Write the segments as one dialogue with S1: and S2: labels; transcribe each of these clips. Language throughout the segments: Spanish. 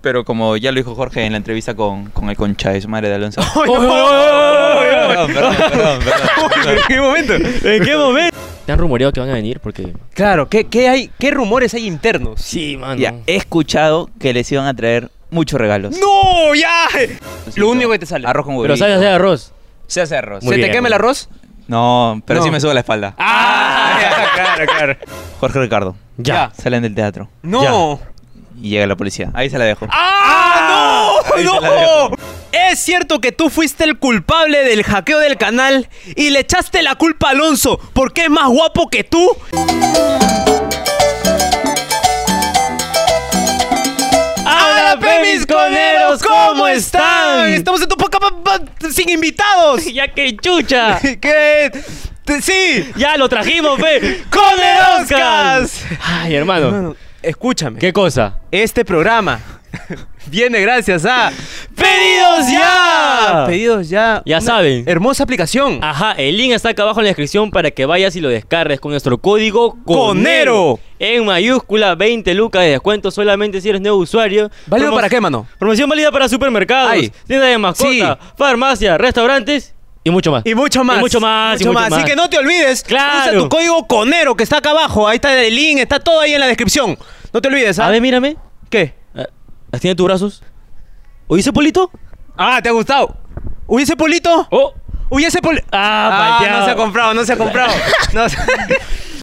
S1: Pero como ya lo dijo Jorge en la entrevista con, con el concha de su madre de Alonso. Perdón, perdón, perdón, perdón.
S2: ¿En qué momento? ¿En qué momento?
S3: ¿Te han rumoreado que van a venir? Porque.
S2: Claro, ¿qué, qué hay, ¿qué rumores hay internos?
S3: Sí, mano.
S1: Ya, he escuchado que les iban a traer muchos regalos.
S2: ¡No! ¡Ya! Lo único que te sale.
S1: Arroz con huevito.
S3: Pero sabes hacer arroz.
S1: Se hace arroz.
S2: ¿Se
S3: Muy
S2: te
S3: bien,
S2: quema
S3: muy bien.
S2: el arroz?
S1: No, pero
S2: No.
S1: sí me sube la espalda.
S2: ¡Ah! ya, claro, claro.
S1: Jorge Ricardo.
S3: Ya.
S1: Salen del teatro.
S2: ¡No!
S1: Y llega la policía. Ahí se la dejo.
S2: ¡Ah!
S1: Ahí
S2: ¡No!
S1: se la
S2: ¡No! Es cierto que tú fuiste el culpable del hackeo del canal y le echaste la culpa a Alonso porque es más guapo que tú. ¡Hola,
S3: mis coneros! ¿Cómo están?
S2: Estamos en tu poca pa- pa- sin invitados.
S3: Ya que chucha.
S2: ¿Qué? Te- ¡Sí!
S3: ya lo trajimos, fe.
S2: ¡Coneroscas!
S3: Ay, hermano.
S2: Hermano, escúchame.
S3: ¿Qué cosa?
S2: Este programa viene gracias a
S3: ¡Pedidos ya!
S2: Pedidos ya. Ah.
S3: Ya
S2: Una
S3: saben.
S2: Hermosa aplicación.
S3: Ajá, el link está acá abajo en la descripción para que vayas y lo descargues con nuestro código
S2: Conero.
S3: CONERO. En mayúscula, 20 lucas de descuento solamente si eres nuevo usuario.
S2: ¿Válido
S3: Promo-
S2: para qué, mano?
S3: Promoción válida para supermercados,
S2: Ay.
S3: tiendas de mascota,
S2: Sí.
S3: farmacia, restaurantes y mucho más.
S2: Y mucho más.
S3: Y mucho más. y mucho más.
S2: Así que no te olvides.
S3: Claro.
S2: Usa tu código CONERO que está acá abajo. Ahí está el link, está todo ahí en la descripción. No te olvides, ¿ah?
S3: A ver, mírame.
S2: ¿Qué?
S3: Ah, ¿Tiene tus brazos? ¿Oíste, Polito?
S2: Ah, ¿te ha gustado? ¿Hubiese polito?
S3: Oh.
S2: ¿Hubiese polito?
S3: Ah, palteado.
S2: no se ha comprado, no se ha comprado. No se-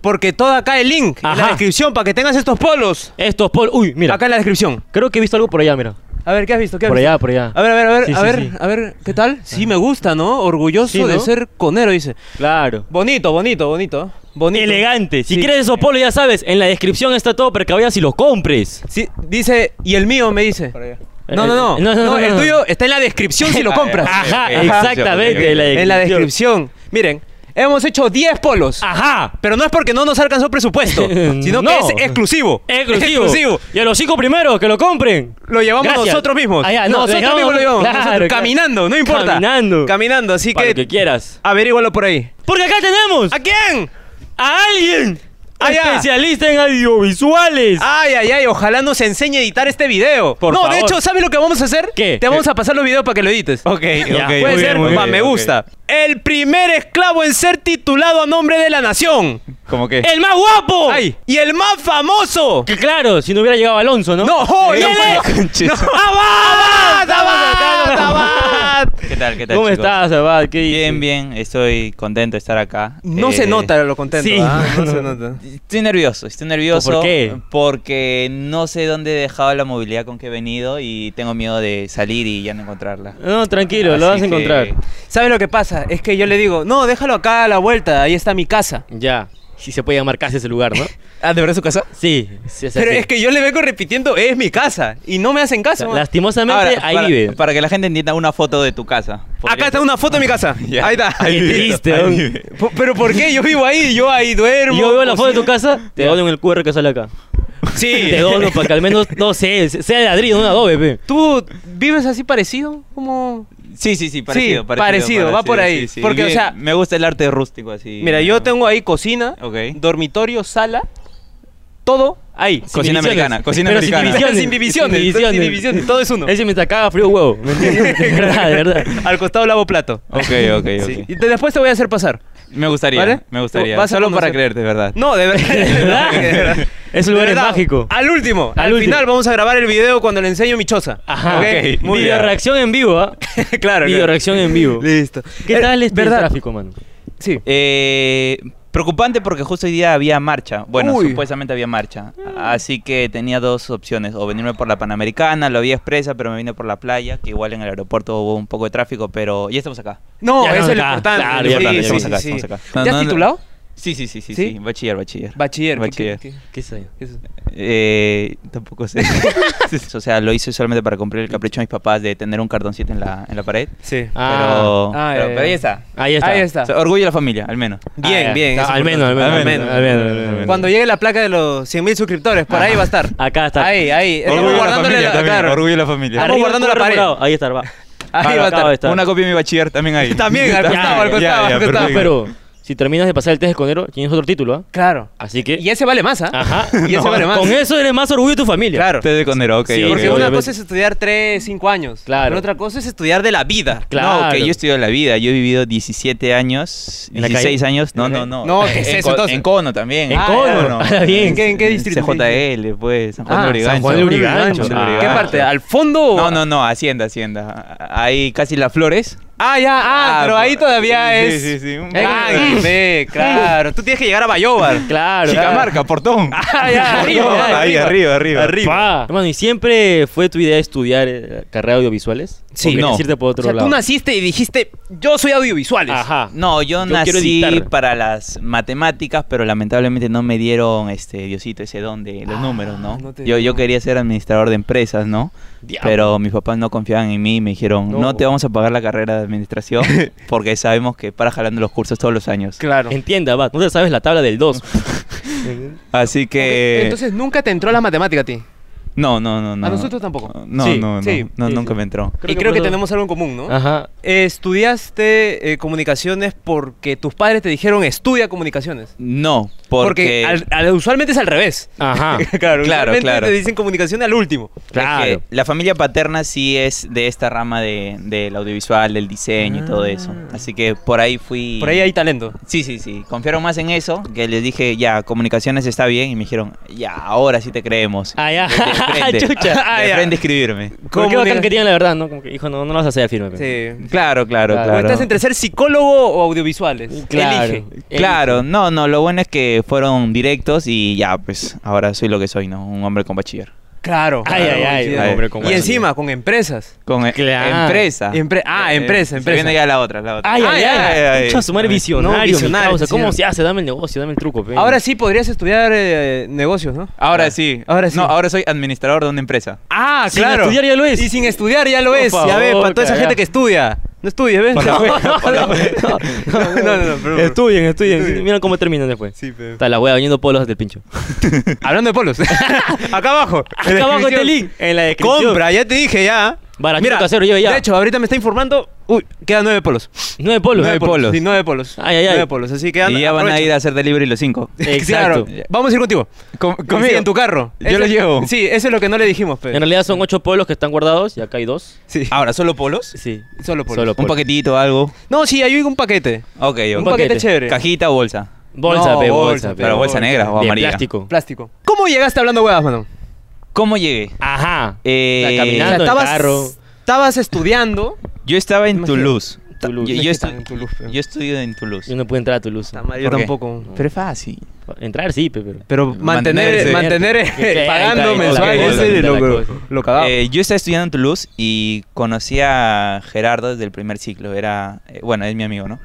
S2: Porque todo acá el link en la
S3: Ajá.
S2: descripción para que tengas estos polos.
S3: Estos pol... Uy, mira.
S2: Acá en la descripción.
S3: Creo que he visto algo por allá, mira.
S2: A ver, ¿qué has visto? ¿Qué has
S3: Por
S2: visto?
S3: allá, por allá.
S2: A ver, a ver, a ver,
S3: Sí,
S2: a
S3: sí,
S2: ver,
S3: sí.
S2: a ver, ¿qué tal? Sí, me gusta, ¿no? Orgulloso
S3: Sí,
S2: de
S3: ¿no?
S2: ser conero, dice.
S3: Claro.
S2: Bonito, bonito, bonito. Bonito.
S3: Elegante. Si
S2: Sí.
S3: quieres esos polos, ya sabes, en la descripción está todo para que vayas y los compres.
S2: Sí, dice, y el mío me dice. No, no, no.
S3: Eh, no, no, no,
S2: el
S3: no.
S2: tuyo Eh, ah, está en la descripción si lo
S1: Ah,
S2: compras.
S1: ya,
S3: Ajá,
S1: Ok, ok, ok, ok.
S3: exactamente.
S2: En la descripción. Miren, hemos hecho 10 polos.
S3: Ajá.
S2: Pero no es porque no nos alcanzó presupuesto, sino que
S3: Ah. No.
S2: es exclusivo.
S3: Exclusivo. Y a los cinco primeros que lo compren.
S2: Lo llevamos
S3: Gracias.
S2: nosotros mismos.
S3: Ah, ya, no,
S2: nosotros
S3: dejamos-
S2: mismos lo llevamos.
S3: Claro,
S2: nosotros,
S3: claro.
S2: Caminando, no importa.
S3: Caminando.
S2: Caminando, así
S3: Para
S2: que,
S3: lo que quieras.
S2: averígualo por ahí.
S3: Porque acá tenemos
S2: ¿A quién?
S3: a alguien
S2: Ah, ya.
S3: especialista en audiovisuales.
S2: Ay, ay, ay, ojalá nos enseñe a editar este video.
S3: Por
S2: no, de
S3: favor.
S2: hecho, ¿sabes lo que vamos a hacer?
S3: ¿Qué?
S2: Te vamos a pasar los videos para que lo edites.
S1: Ok,
S3: Ya,
S1: ok.
S3: puede
S1: muy
S2: Puede
S1: bien,
S2: ser,
S1: muy
S2: va,
S1: bien,
S2: me
S1: ok.
S2: gusta. El primer esclavo en ser titulado a nombre de la nación.
S1: ¿Cómo que?
S2: Eh,
S3: ¡El más guapo!
S2: Ay, y el más famoso.
S3: Que claro, si no hubiera llegado Alonso, ¿no?
S2: No, oh,
S3: ¿Quién
S2: no fue- Ah,
S3: es?
S1: Conches.
S2: ¡Abad! ¡Abad! ¡Abad!
S1: ¿Qué tal, qué tal,
S3: ¿Cómo
S1: chicos?
S3: estás, Abad? ¿Qué dices?
S1: Bien, bien. Estoy contento de estar acá.
S2: No
S1: Eh,
S2: se nota lo contento.
S3: sí.
S2: ¿ah? No se nota.
S1: Estoy nervioso, estoy nervioso.
S3: ¿Por qué?
S1: Porque no sé dónde he dejado la movilidad con que he venido y tengo miedo de salir y ya no encontrarla.
S3: No, tranquilo,
S1: Así
S3: lo vas a
S1: que-
S3: encontrar.
S2: ¿Sabes lo que pasa? Es que yo le digo, no, déjalo acá a la vuelta, ahí está mi casa.
S3: Ya. Si se puede llamar casa ese lugar, ¿no?
S2: Ah, ¿de verdad su casa?
S3: Sí. sí, sí,
S2: Pero
S3: sí.
S2: es que yo le vengo repitiendo, es mi casa, y no me hacen caso. man.
S3: Lastimosamente,
S1: Ahora,
S3: ahí
S1: para,
S3: vive.
S1: para que la gente entienda una foto de tu casa.
S2: Acá está una foto de mi casa.
S1: Ya.
S2: Ahí está.
S1: Ahí vive.
S3: triste,
S1: Ahí
S3: ¿no?
S1: vive.
S2: Po- Pero ¿por qué? Yo vivo ahí, yo ahí duermo. pues,
S3: Yo veo la foto de tu casa, te doy en el QR que sale acá.
S2: Sí.
S3: Te dono para que al menos, no sé, sea de ladrillo, no de adobe, pe.
S2: ¿Tú vives así parecido? Como...
S1: Sí, sí, sí, parecido.
S2: Sí, parecido, va por ahí. Porque, o
S1: Bien,
S2: sea-
S1: Me gusta el arte rústico así.
S2: Mira, yo tengo ahí cocina,
S1: Ok.
S2: dormitorio, sala, todo ahí.
S1: Cocina
S3: divisiones.
S1: americana, cocina
S3: Pero
S1: americana.
S3: Sin divisiones,
S2: Sin divisiones,
S3: sin divisiones.
S2: sin divisiones, todo es uno.
S3: Ese me sacaba frío huevo, ¿me entiendes? De verdad, de verdad.
S2: Al costado lavo plato.
S1: Ok, ok, ok.
S2: Sí. Y te- después te voy a hacer pasar.
S1: Me gustaría,
S2: ¿Vale?
S1: me gustaría.
S2: Vas a
S1: Solo
S2: conocer.
S1: para creerte, ¿verdad?
S2: No, de verdad.
S3: ¿De verdad?
S2: De verdad.
S3: Es un
S2: De
S3: lugar
S2: verdad.
S3: mágico.
S2: Al último. Al,
S3: Al último.
S2: final vamos a grabar el video cuando le enseño mi choza.
S3: Ajá.
S2: ¿Ok?
S1: ok.
S2: Muy
S3: Video
S2: bien.
S3: reacción en vivo, ¿ah?
S2: claro, claro.
S3: Video reacción en vivo.
S2: Listo.
S3: ¿Qué
S2: Eh,
S3: tal este
S2: ¿verdad?
S3: tráfico, mano?
S2: Sí.
S1: Eh, preocupante porque justo hoy día había marcha. Bueno,
S2: Uy.
S1: supuestamente había marcha. Así que tenía dos opciones. O venirme por la Panamericana, lo había expresa, pero me vine por la playa, que igual en el aeropuerto hubo un poco de tráfico, pero ya estamos acá.
S2: No,
S3: Ya
S2: eso es
S3: estamos
S2: lo
S3: acá.
S2: importante.
S3: Claro,
S2: Sí,
S3: ya estamos
S2: sí,
S3: acá,
S2: sí,
S1: estamos
S2: sí.
S1: acá. No,
S2: ¿Ya
S1: no,
S2: has
S1: no.
S2: titulado?
S1: Sí, sí, sí, sí,
S2: ¿Sí?
S1: sí. Bachiller, bachiller.
S2: Bachiller. ¿qué-
S1: Bachiller.
S2: qué-
S3: ¿Qué es
S2: qué es eso?
S1: Eh, tampoco sé. o sea, lo hice solamente para cumplir el capricho de mis papás de tener un cartoncito en la, en la pared.
S2: Sí.
S3: Ah.
S1: pero,
S2: Ah,
S1: oh. pero-
S2: ya,
S1: pero ahí
S2: ya.
S1: eh, está. oh.
S3: Ahí está.
S2: Ahí está.
S1: O sea, orgullo de la familia, al menos.
S2: Bien,
S3: Ah,
S2: bien.
S3: ya.
S2: eso es
S3: Al menos, al
S2: importante.
S3: menos,
S1: Al
S3: al menos,
S1: menos.
S3: al menos, al menos.
S2: Cuando llegue la placa de los 100.000 suscriptores, por ahí va a estar.
S3: Ah. Acá está.
S2: Ahí, ahí. Estamos
S1: Orgullo de la
S2: guardándole
S1: familia
S2: la-
S1: también,
S2: claro.
S1: orgullo de la familia.
S2: Estamos
S3: Arriba,
S2: guardando la
S3: cuerpo
S2: pared.
S3: morado. Ahí está, va.
S2: Ahí
S3: Acá
S2: va a estar.
S3: está.
S1: Una copia de mi bachiller también ahí.
S2: También, al
S3: Ya,
S2: costado, al
S3: ya,
S2: costado, al
S1: ya,
S2: costado.
S3: Pero, si Si terminas de pasar el test de conero, tienes otro título, ¿ah?
S2: Claro.
S3: Así que.
S2: Y ese vale más, ¿ah?
S3: Ajá.
S2: Y ese vale más.
S3: Con eso eres más orgullo de tu familia.
S2: Claro.
S1: Te de conero, ok.
S3: Sí,
S1: ok,
S2: Porque
S1: ok.
S2: una
S3: obviamente.
S2: cosa es estudiar 3, 5 años.
S3: Claro.
S2: Pero otra cosa es estudiar de la vida.
S3: Claro.
S1: No, que yo estudio la vida. Yo he vivido 17 años,
S3: ¿En la
S1: 16 años. No,
S3: ¿En la
S1: no,
S3: calle?
S1: no.
S2: No, ¿qué es
S1: En
S2: eso,
S1: Co-
S2: entonces?
S1: En Cono también.
S3: En
S2: Ah,
S3: Cono.
S1: Cono.
S3: Ah, bien.
S2: ¿En qué, en qué distrito?
S1: CJL, pues. San Juan
S2: Ah,
S1: de
S2: San
S1: Urigancho.
S3: Juan de Urigancho.
S1: San Juan de
S3: Ah.
S1: Urigancho.
S2: ¿Qué parte? ¿Al fondo? o-
S1: No, no, no. Hacienda, Hacienda. Ahí casi las flores.
S2: Ah, ya, ah,
S1: Ah,
S2: pero ahí
S1: por-
S2: todavía
S1: sí,
S2: es.
S1: sí, sí, un
S2: Ah,
S1: poco.
S2: sí, claro. Tú tienes que llegar a Bayobar.
S3: Claro.
S1: Chicamarca, Portón.
S2: Ah, ya, arriba,
S1: Portón,
S2: ya,
S1: ahí,
S2: arriba.
S1: arriba, arriba.
S3: Pa. Hermano, ¿y siempre fue tu idea estudiar eh, carrera de audiovisuales? ¿O
S2: Sí.
S1: No.
S3: querías irte por
S2: O
S3: otro
S2: sea,
S3: lado?
S2: tú naciste y dijiste, yo soy audiovisuales.
S3: Ajá.
S1: No, yo,
S3: Yo quiero
S1: nací
S3: editar.
S1: para las matemáticas, pero lamentablemente no me dieron, este, Diosito, ese don de los
S2: Ah,
S1: números, ¿no?
S2: no te
S1: yo, yo
S2: dio.
S1: quería ser administrador de empresas, ¿no?
S3: Diablo.
S1: Pero mis papás no confiaban en mí y me dijeron,
S3: No.
S1: no, te vamos a pagar la carrera de administración porque sabemos que para jalando los cursos todos los años.
S2: Claro.
S3: Entienda, va. No te sabes la tabla del 2.
S1: Así que...
S2: Ok, Entonces nunca te entró la matemática a ti.
S1: no, no, no, no.
S2: a nosotros tampoco.
S1: No,
S3: Sí,
S1: no, no,
S2: sí,
S1: no,
S3: sí,
S1: nunca
S3: sí.
S1: me entró.
S3: Creo
S2: y
S3: que
S2: creo que
S3: por-
S2: tenemos algo en común, ¿no?
S3: Ajá.
S2: Eh, estudiaste eh, comunicaciones porque tus padres te dijeron estudia comunicaciones.
S1: No, porque...
S2: Porque, al- al- usualmente es al revés.
S3: Ajá.
S1: Claro,
S2: claro, usualmente
S1: claro.
S2: te dicen comunicación al último.
S1: Es
S3: Claro.
S1: que la familia paterna sí es de esta rama de, del audiovisual, del diseño y todo eso.
S2: Ah.
S1: Así que por ahí fui...
S2: Por ahí hay talento.
S1: Sí, sí, sí. Confiaron más en eso, que les dije, ya, comunicaciones está bien. Y me dijeron, ya, ahora sí te creemos.
S3: Ah, ya.
S1: De frente,
S3: Chucha.
S2: Ah,
S1: de
S2: ya.
S1: frente a escribirme.
S3: Pero Qué
S2: Comunica-
S3: bacán que tienen la verdad, ¿no? Como que, hijo, no, no lo vas a hacer, firme.
S2: Sí.
S1: Claro, claro,
S3: Claro.
S1: claro.
S2: O Estás entre ser psicólogo o audiovisuales.
S3: Claro.
S2: Elige.
S1: Claro, no, no, lo bueno es que fueron directos y ya, pues ahora soy lo que soy, ¿no? Un hombre con bachiller.
S2: Claro.
S3: Ay,
S2: claro,
S3: ay, ay,
S2: coincido.
S1: un hombre
S3: como
S2: y
S3: ese.
S2: encima, con empresas.
S1: Con eh,
S3: Claro.
S1: empresa.
S2: Empre- ah,
S1: Eh,
S2: empresa,
S1: se
S2: empresa.
S1: viene ya la otra, la otra.
S3: Ay, ay,
S2: Ay, ay,
S3: ay. Chucha, su madre
S1: Ay.
S3: visionario.
S2: No,
S3: mi
S2: visionario,
S3: causa. ¿Cómo
S2: sí.
S3: se hace? Dame el negocio, dame el truco. pe.
S2: Ahora sí podrías estudiar eh, negocios, ¿no? Ah.
S1: Ahora sí.
S2: Ahora sí.
S1: No, ahora soy administrador de una empresa.
S2: Ah,
S3: Sin
S2: claro.
S3: estudiar ya lo es.
S2: Y sin estudiar ya lo
S3: Por
S2: es. ya ves,
S3: favor,
S2: para toda esa
S3: cagá.
S2: gente que estudia. No estudies, ¿ves?
S1: Por la
S2: No,
S1: wea,
S2: no,
S1: por la
S2: no,
S1: wea.
S2: no, no, no, no, pero-
S3: Estudien, estudien.
S2: Estudien.
S3: Mira cómo terminan después.
S2: Sí, pero-
S3: Está la wea bañando polos del pincho.
S2: Hablando de polos. Acá abajo. en la
S3: Acá abajo
S2: descripción.
S3: este link. En la descripción.
S2: Compra, ya te dije ya.
S3: Baratito casero, lleve ya.
S2: De hecho, ahorita me está informando. Uy, quedan nueve polos.
S3: Nueve polos.
S2: Nueve
S1: polos.
S2: Sí, nueve polos.
S3: Ay, ay, ay.
S2: Nueve polos. Así que
S1: y ya van a ir a hacer delivery los cinco.
S3: Exacto.
S2: Claro. Vamos a ir contigo. Sí, en tu carro.
S1: Yo lo
S2: es-
S1: llevo.
S2: Sí, eso es lo que no le dijimos, pero.
S3: En realidad son ocho polos que están guardados y acá hay dos.
S2: Sí.
S1: Ahora, ¿solo polos?
S3: Sí.
S2: Solo polos.
S3: Solo
S1: Un
S3: polos.
S1: paquetito, algo.
S2: No, sí, hay un paquete.
S1: Ok,
S2: Un
S1: ok.
S2: paquete,
S3: paquete.
S2: chévere.
S1: Cajita o bolsa.
S3: Bolsa,
S2: No,
S3: pe,
S2: bolsa,
S3: bolsa, pe.
S1: Pero bolsa negra o
S3: De
S1: amarilla.
S3: plástico.
S2: Plástico. ¿Cómo llegaste hablando huevas, mano?
S1: ¿Cómo llegué?
S3: Ajá.
S1: Eh,
S3: O sea, caminando. en carro.
S2: estabas estudiando.
S1: Yo estaba en
S2: Imagino.
S1: Toulouse. Ta-
S3: Toulouse.
S1: Yo,
S2: Es
S1: yo
S2: que
S1: estu-
S2: están en Toulouse, pero-
S1: yo estudio en Toulouse.
S3: Yo no pude entrar a Toulouse.
S2: Está mal, Yo
S1: ¿Por qué?
S2: tampoco.
S1: Pero es fácil.
S3: Entrar sí, pe, pero.
S2: Pero
S1: Mantenerse.
S2: mantener, mantener
S3: Qué fea,
S2: pagando
S3: ahí está, ahí está
S2: mensual
S1: la cosa,
S2: ese
S1: ahí
S2: de
S1: está
S3: la
S2: lo,
S3: cosa.
S2: lo cagaba.
S1: Eh, yo estaba estudiando en Toulouse y conocí a Gerardo desde el primer ciclo. Era, eh, bueno, es mi amigo, ¿no?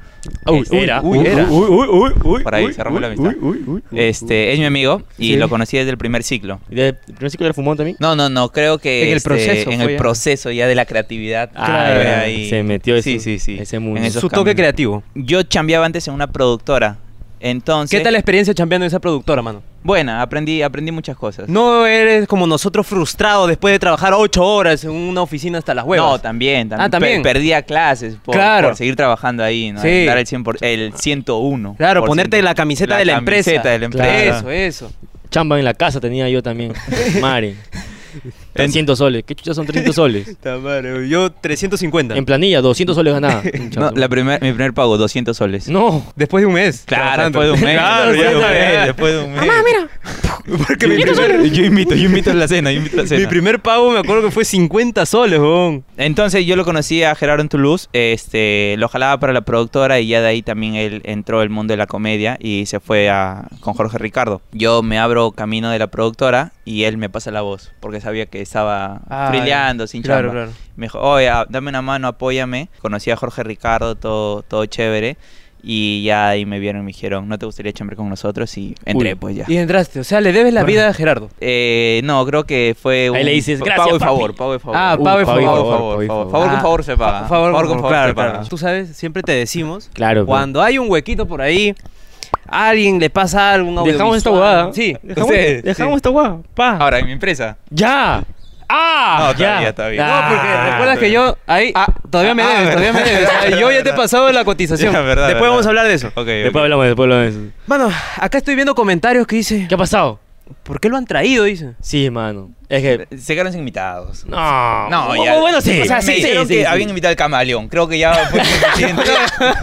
S3: Uy,
S1: Este,
S3: era.
S2: uy, era.
S3: Uy, uy, uy, uy.
S1: Por ahí
S3: uy,
S1: cerramos
S3: uy,
S1: la amistad.
S3: uy, uy, uy,
S1: Este, es mi amigo y
S2: Sí.
S1: lo conocí desde el primer ciclo.
S3: ¿Y de primer ciclo del fumón también?
S1: No, no, no, creo que
S2: En el
S1: este,
S2: proceso
S1: en
S2: fue
S1: el
S2: ya.
S1: proceso ya de la creatividad.
S3: Ah,
S1: Claro,
S3: ya,
S1: ahí.
S3: se metió
S1: sí,
S3: ese-
S1: sí, sí.
S3: ese mundo.
S1: En esos
S2: Su toque
S1: caminos.
S2: creativo.
S1: Yo chambeaba antes en una productora. Entonces,
S2: ¿Qué tal la experiencia chambeando en esa productora, mano?
S1: Bueno, aprendí, aprendí muchas cosas.
S2: No eres como nosotros frustrados después de trabajar ocho horas en una oficina hasta las huevas.
S1: No, también, también.
S2: Ah, también.
S1: Per- perdía clases por,
S2: Claro.
S1: por seguir trabajando ahí, ¿no?
S2: Sí.
S1: Dar el, 100 por- el 101.
S2: Claro,
S1: por
S2: ponerte
S1: ciento.
S2: la camiseta de la empresa.
S1: camiseta de la
S3: Claro.
S1: empresa.
S2: Eso, eh. eso.
S3: Chamba en la casa tenía yo también. Mari. 300 soles. ¿Qué chucha son 300 soles?
S2: Puta madre, Yo 350.
S3: En planilla, 200 soles ganaba.
S1: No, la primer- mi primer pago, 200 soles.
S3: No.
S2: Después de un mes.
S1: Claro,
S2: trabajando.
S1: después de un mes.
S2: Claro,
S1: después de un
S2: ya,
S1: mes,
S2: ya.
S1: después de un mes.
S2: Porque
S1: Yo
S2: mi
S1: invito-
S2: primer,
S1: yo invito, yo invito a la cena, yo invito a la
S2: mi
S1: cena.
S2: primer pago me acuerdo que fue 50 soles, weón.
S1: Entonces yo lo conocí a Gerardo en Toulouse, este, lo jalaba para la productora y ya de ahí también él entró al mundo de la comedia y se fue a, con Jorge Ricardo. Yo me abro camino de la productora y él me pasa la voz porque sabía que estaba
S2: Ah,
S1: frileando, sin
S2: claro,
S1: chamba.
S2: claro.
S1: Me dijo, oye, ah, dame una mano, apóyame. Conocí a Jorge Ricardo, todo, todo chévere. Y ya ahí me vieron y me dijeron, ¿no te gustaría chambear con nosotros? Y entré,
S3: Uy.
S1: pues ya.
S2: Y entraste, o sea, le debes la vida a Gerardo.
S1: Eh, no, creo que fue un...
S3: Ahí le dices,
S1: pa-
S3: "Gracias,
S1: Pago y
S3: papi".
S1: favor, pago y favor.
S2: Ah,
S3: Uy,
S2: pago y
S3: pago y
S2: favor.
S3: favor,
S1: favor,
S3: pago y
S1: favor,
S3: favor.
S1: favor
S2: Ah,
S1: con favor se paga.
S2: fa- Favor,
S1: Favor con favor
S2: claro,
S1: se paga.
S2: claro. Tú sabes, siempre te decimos,
S3: Claro.
S2: cuando hay un huequito por ahí, a alguien le pasa algo, un
S3: Dejamos esta
S2: audiovisual,
S3: huevada.
S2: Sí,
S3: Dejamos,
S1: Ustedes,
S3: dejamos
S1: sí.
S3: esta huevada. Pa.
S1: Ahora, en mi empresa.
S3: Ya. ¡Ah!
S1: No,
S3: ya.
S1: todavía, todavía.
S3: Ah,
S1: No,
S2: porque recuerdas que yo ahí todavía me
S1: ah,
S2: debes, todavía me
S1: verdad,
S2: debes. Ah, yo ya te he
S1: verdad.
S2: pasado la cotización.
S1: Ya, verdad,
S2: Después
S1: verdad.
S2: vamos a hablar de eso.
S1: Ok, ok.
S3: Después hablamos, después hablamos de eso.
S2: Mano, acá estoy viendo comentarios que dicen,
S3: ¿Qué ha pasado?
S2: ¿por qué lo han traído? Dice.
S3: Sí, mano. Es que.
S1: Se quedaron sin invitados.
S3: No.
S1: No,
S3: Oh,
S1: ya.
S3: Bueno, sí.
S1: O sea,
S3: Me
S1: sí,
S3: dijeron
S1: que
S3: que
S1: habían invitado al camaleón. Creo que ya fue suficiente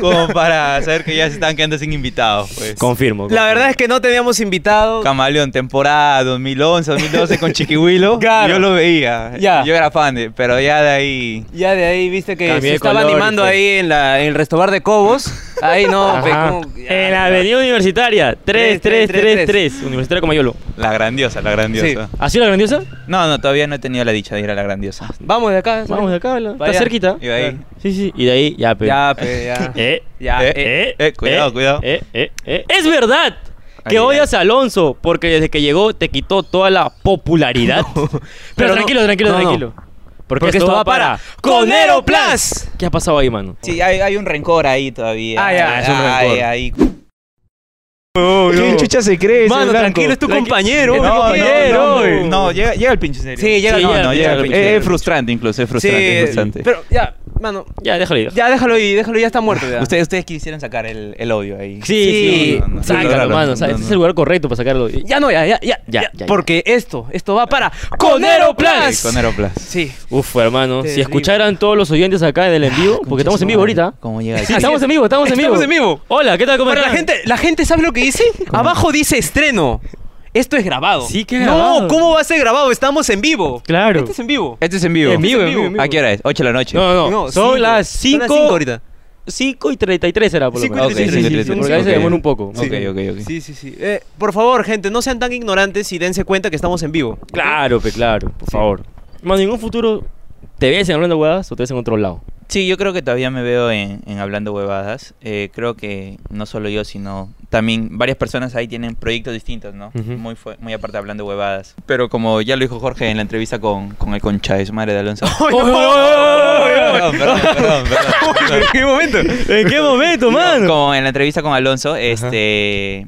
S1: como para saber que ya se están quedando sin invitados. Pues.
S3: Confirmo.
S2: La verdad es que no teníamos invitado.
S1: Camaleón, temporada 2011, 2012 con Chiquihuilo.
S2: Claro.
S1: Yo lo veía.
S2: Ya.
S1: Yo era fan, de, pero ya de ahí.
S2: Ya de ahí viste que
S3: Cambié
S2: se
S3: de
S2: estaba
S3: color y
S2: animando
S3: fue.
S2: ahí en, la, en el restobar de Cobos. Ahí no, pe,
S3: Ajá.
S2: como- ya,
S3: en
S2: ya.
S3: la avenida universitaria,
S2: Tres, tres, tres,
S3: 3333, Universitaria Comayolo.
S1: La grandiosa, la grandiosa.
S3: ¿Ha sido la grandiosa?
S1: No, no, todavía no he tenido la dicha de ir a la grandiosa.
S2: Vamos de acá. ¿sabes?
S3: Vamos de acá, la- está
S2: Vaya.
S3: cerquita.
S1: Y de ahí.
S3: Sí, sí, y de ahí ya, pe.
S2: Ya, pe, ya.
S3: Eh,
S2: Ya,
S1: Eh,
S2: eh.
S3: eh,
S1: eh, cuidado,
S3: eh,
S1: cuidado.
S3: eh, eh, eh. Es verdad
S1: Ay,
S3: que
S1: ay.
S3: odias a Alonso porque desde que llegó te quitó toda la popularidad. Pero,
S2: Pero no-
S3: tranquilo, tranquilo,
S2: no, no.
S3: tranquilo. Porque,
S2: Porque
S3: esto va para
S2: Conero
S3: Conero
S2: Plus.
S3: Plus. ¿Qué ha pasado ahí, mano?
S1: Sí, hay, hay un rencor ahí todavía.
S2: Ah, ya, es un
S1: Ay,
S3: rencor.
S1: ahí.
S2: no.
S1: se cree?
S2: Mano, tranquilo, es tu
S3: Tranqui-
S2: compañero.
S3: No,
S2: mi
S3: no,
S2: compañero.
S3: no, no.
S2: güey.
S1: No, llega, llega el pinche serio.
S2: Sí, llega,
S3: Sí,
S2: no,
S3: llega,
S2: no,
S1: No,
S2: llega.
S1: llega
S3: el
S1: el
S3: pinche
S1: pinche
S3: serio.
S1: Es frustrante incluso, es
S2: Sí,
S1: frustrante, es frustrante.
S2: pero ya, mano,
S3: Ya, déjalo ir.
S2: ya déjalo ahí, déjalo, ya está muerto ya.
S1: Ustedes, ustedes quisieron sacar el, el odio ahí.
S3: Sí, sí.
S1: No, no, no.
S3: Sácalo,
S1: Claro,
S3: mano.
S1: no,
S3: o sea,
S1: no,
S3: este
S1: no.
S3: es el lugar correcto para sacarlo.
S2: Ya no, ya, ya, ya,
S3: Ya,
S2: ya,
S3: ya, ya.
S2: Porque esto, esto va para Conero Plus.
S1: Conero Plus.
S2: Sí.
S3: Uf, hermano.
S2: Terrible.
S3: Si escucharan todos los oyentes acá del en vivo, porque estamos en vivo ahorita.
S1: ¿Cómo llega
S3: Ah, estamos en vivo, estamos en vivo.
S2: Estamos en vivo.
S3: Hola, ¿qué tal? ¿Cómo
S2: Para la
S3: están?
S2: gente, la gente sabe lo que dice. Abajo dice estreno. Esto es grabado.
S3: Sí, que grabado.
S2: No, ¿cómo va a ser grabado? Estamos en vivo.
S3: Claro.
S2: Este es en vivo.
S1: Este es en vivo.
S3: En vivo, en vivo, en vivo.
S1: ¿A qué hora es? 8 de la noche.
S3: No, no,
S2: No,
S3: no. Son
S2: cinco.
S3: las
S2: Son
S3: 5.
S2: las cinco ahorita.
S3: 5 y 33 era por lo
S2: Cinco
S1: Ah,
S3: menos.
S2: y
S1: ok,
S2: Sí, sí, sí,
S1: cinco, tres,
S2: sí, sí,
S1: tres,
S2: porque
S1: ok.
S2: ahí se
S3: demora un poco.
S1: Ok, ok, ok.
S2: Sí, sí, sí. Eh, por favor, gente, no sean tan ignorantes y dense cuenta que estamos en vivo.
S3: Claro, pe, claro, por favor. Mano, en un futuro te ves en hablando huevadas o te ves en otro lado.
S1: Sí, yo creo que todavía me veo en, en Hablando Huevadas. Eh, creo que no solo yo, sino también varias personas ahí tienen proyectos distintos, ¿no?
S3: Ujú.
S1: muy, fu- muy aparte de Hablando Huevadas. Pero como ya lo dijo Jorge en la entrevista con, con el concha de su madre de Alonso.
S2: ¡Ay, no!
S3: ¡Oh, oh,
S1: perdón, perdón, perdón, perdón.
S2: ¿En qué momento?
S3: ¿En qué momento, mano?
S1: Como en la entrevista con Alonso, este,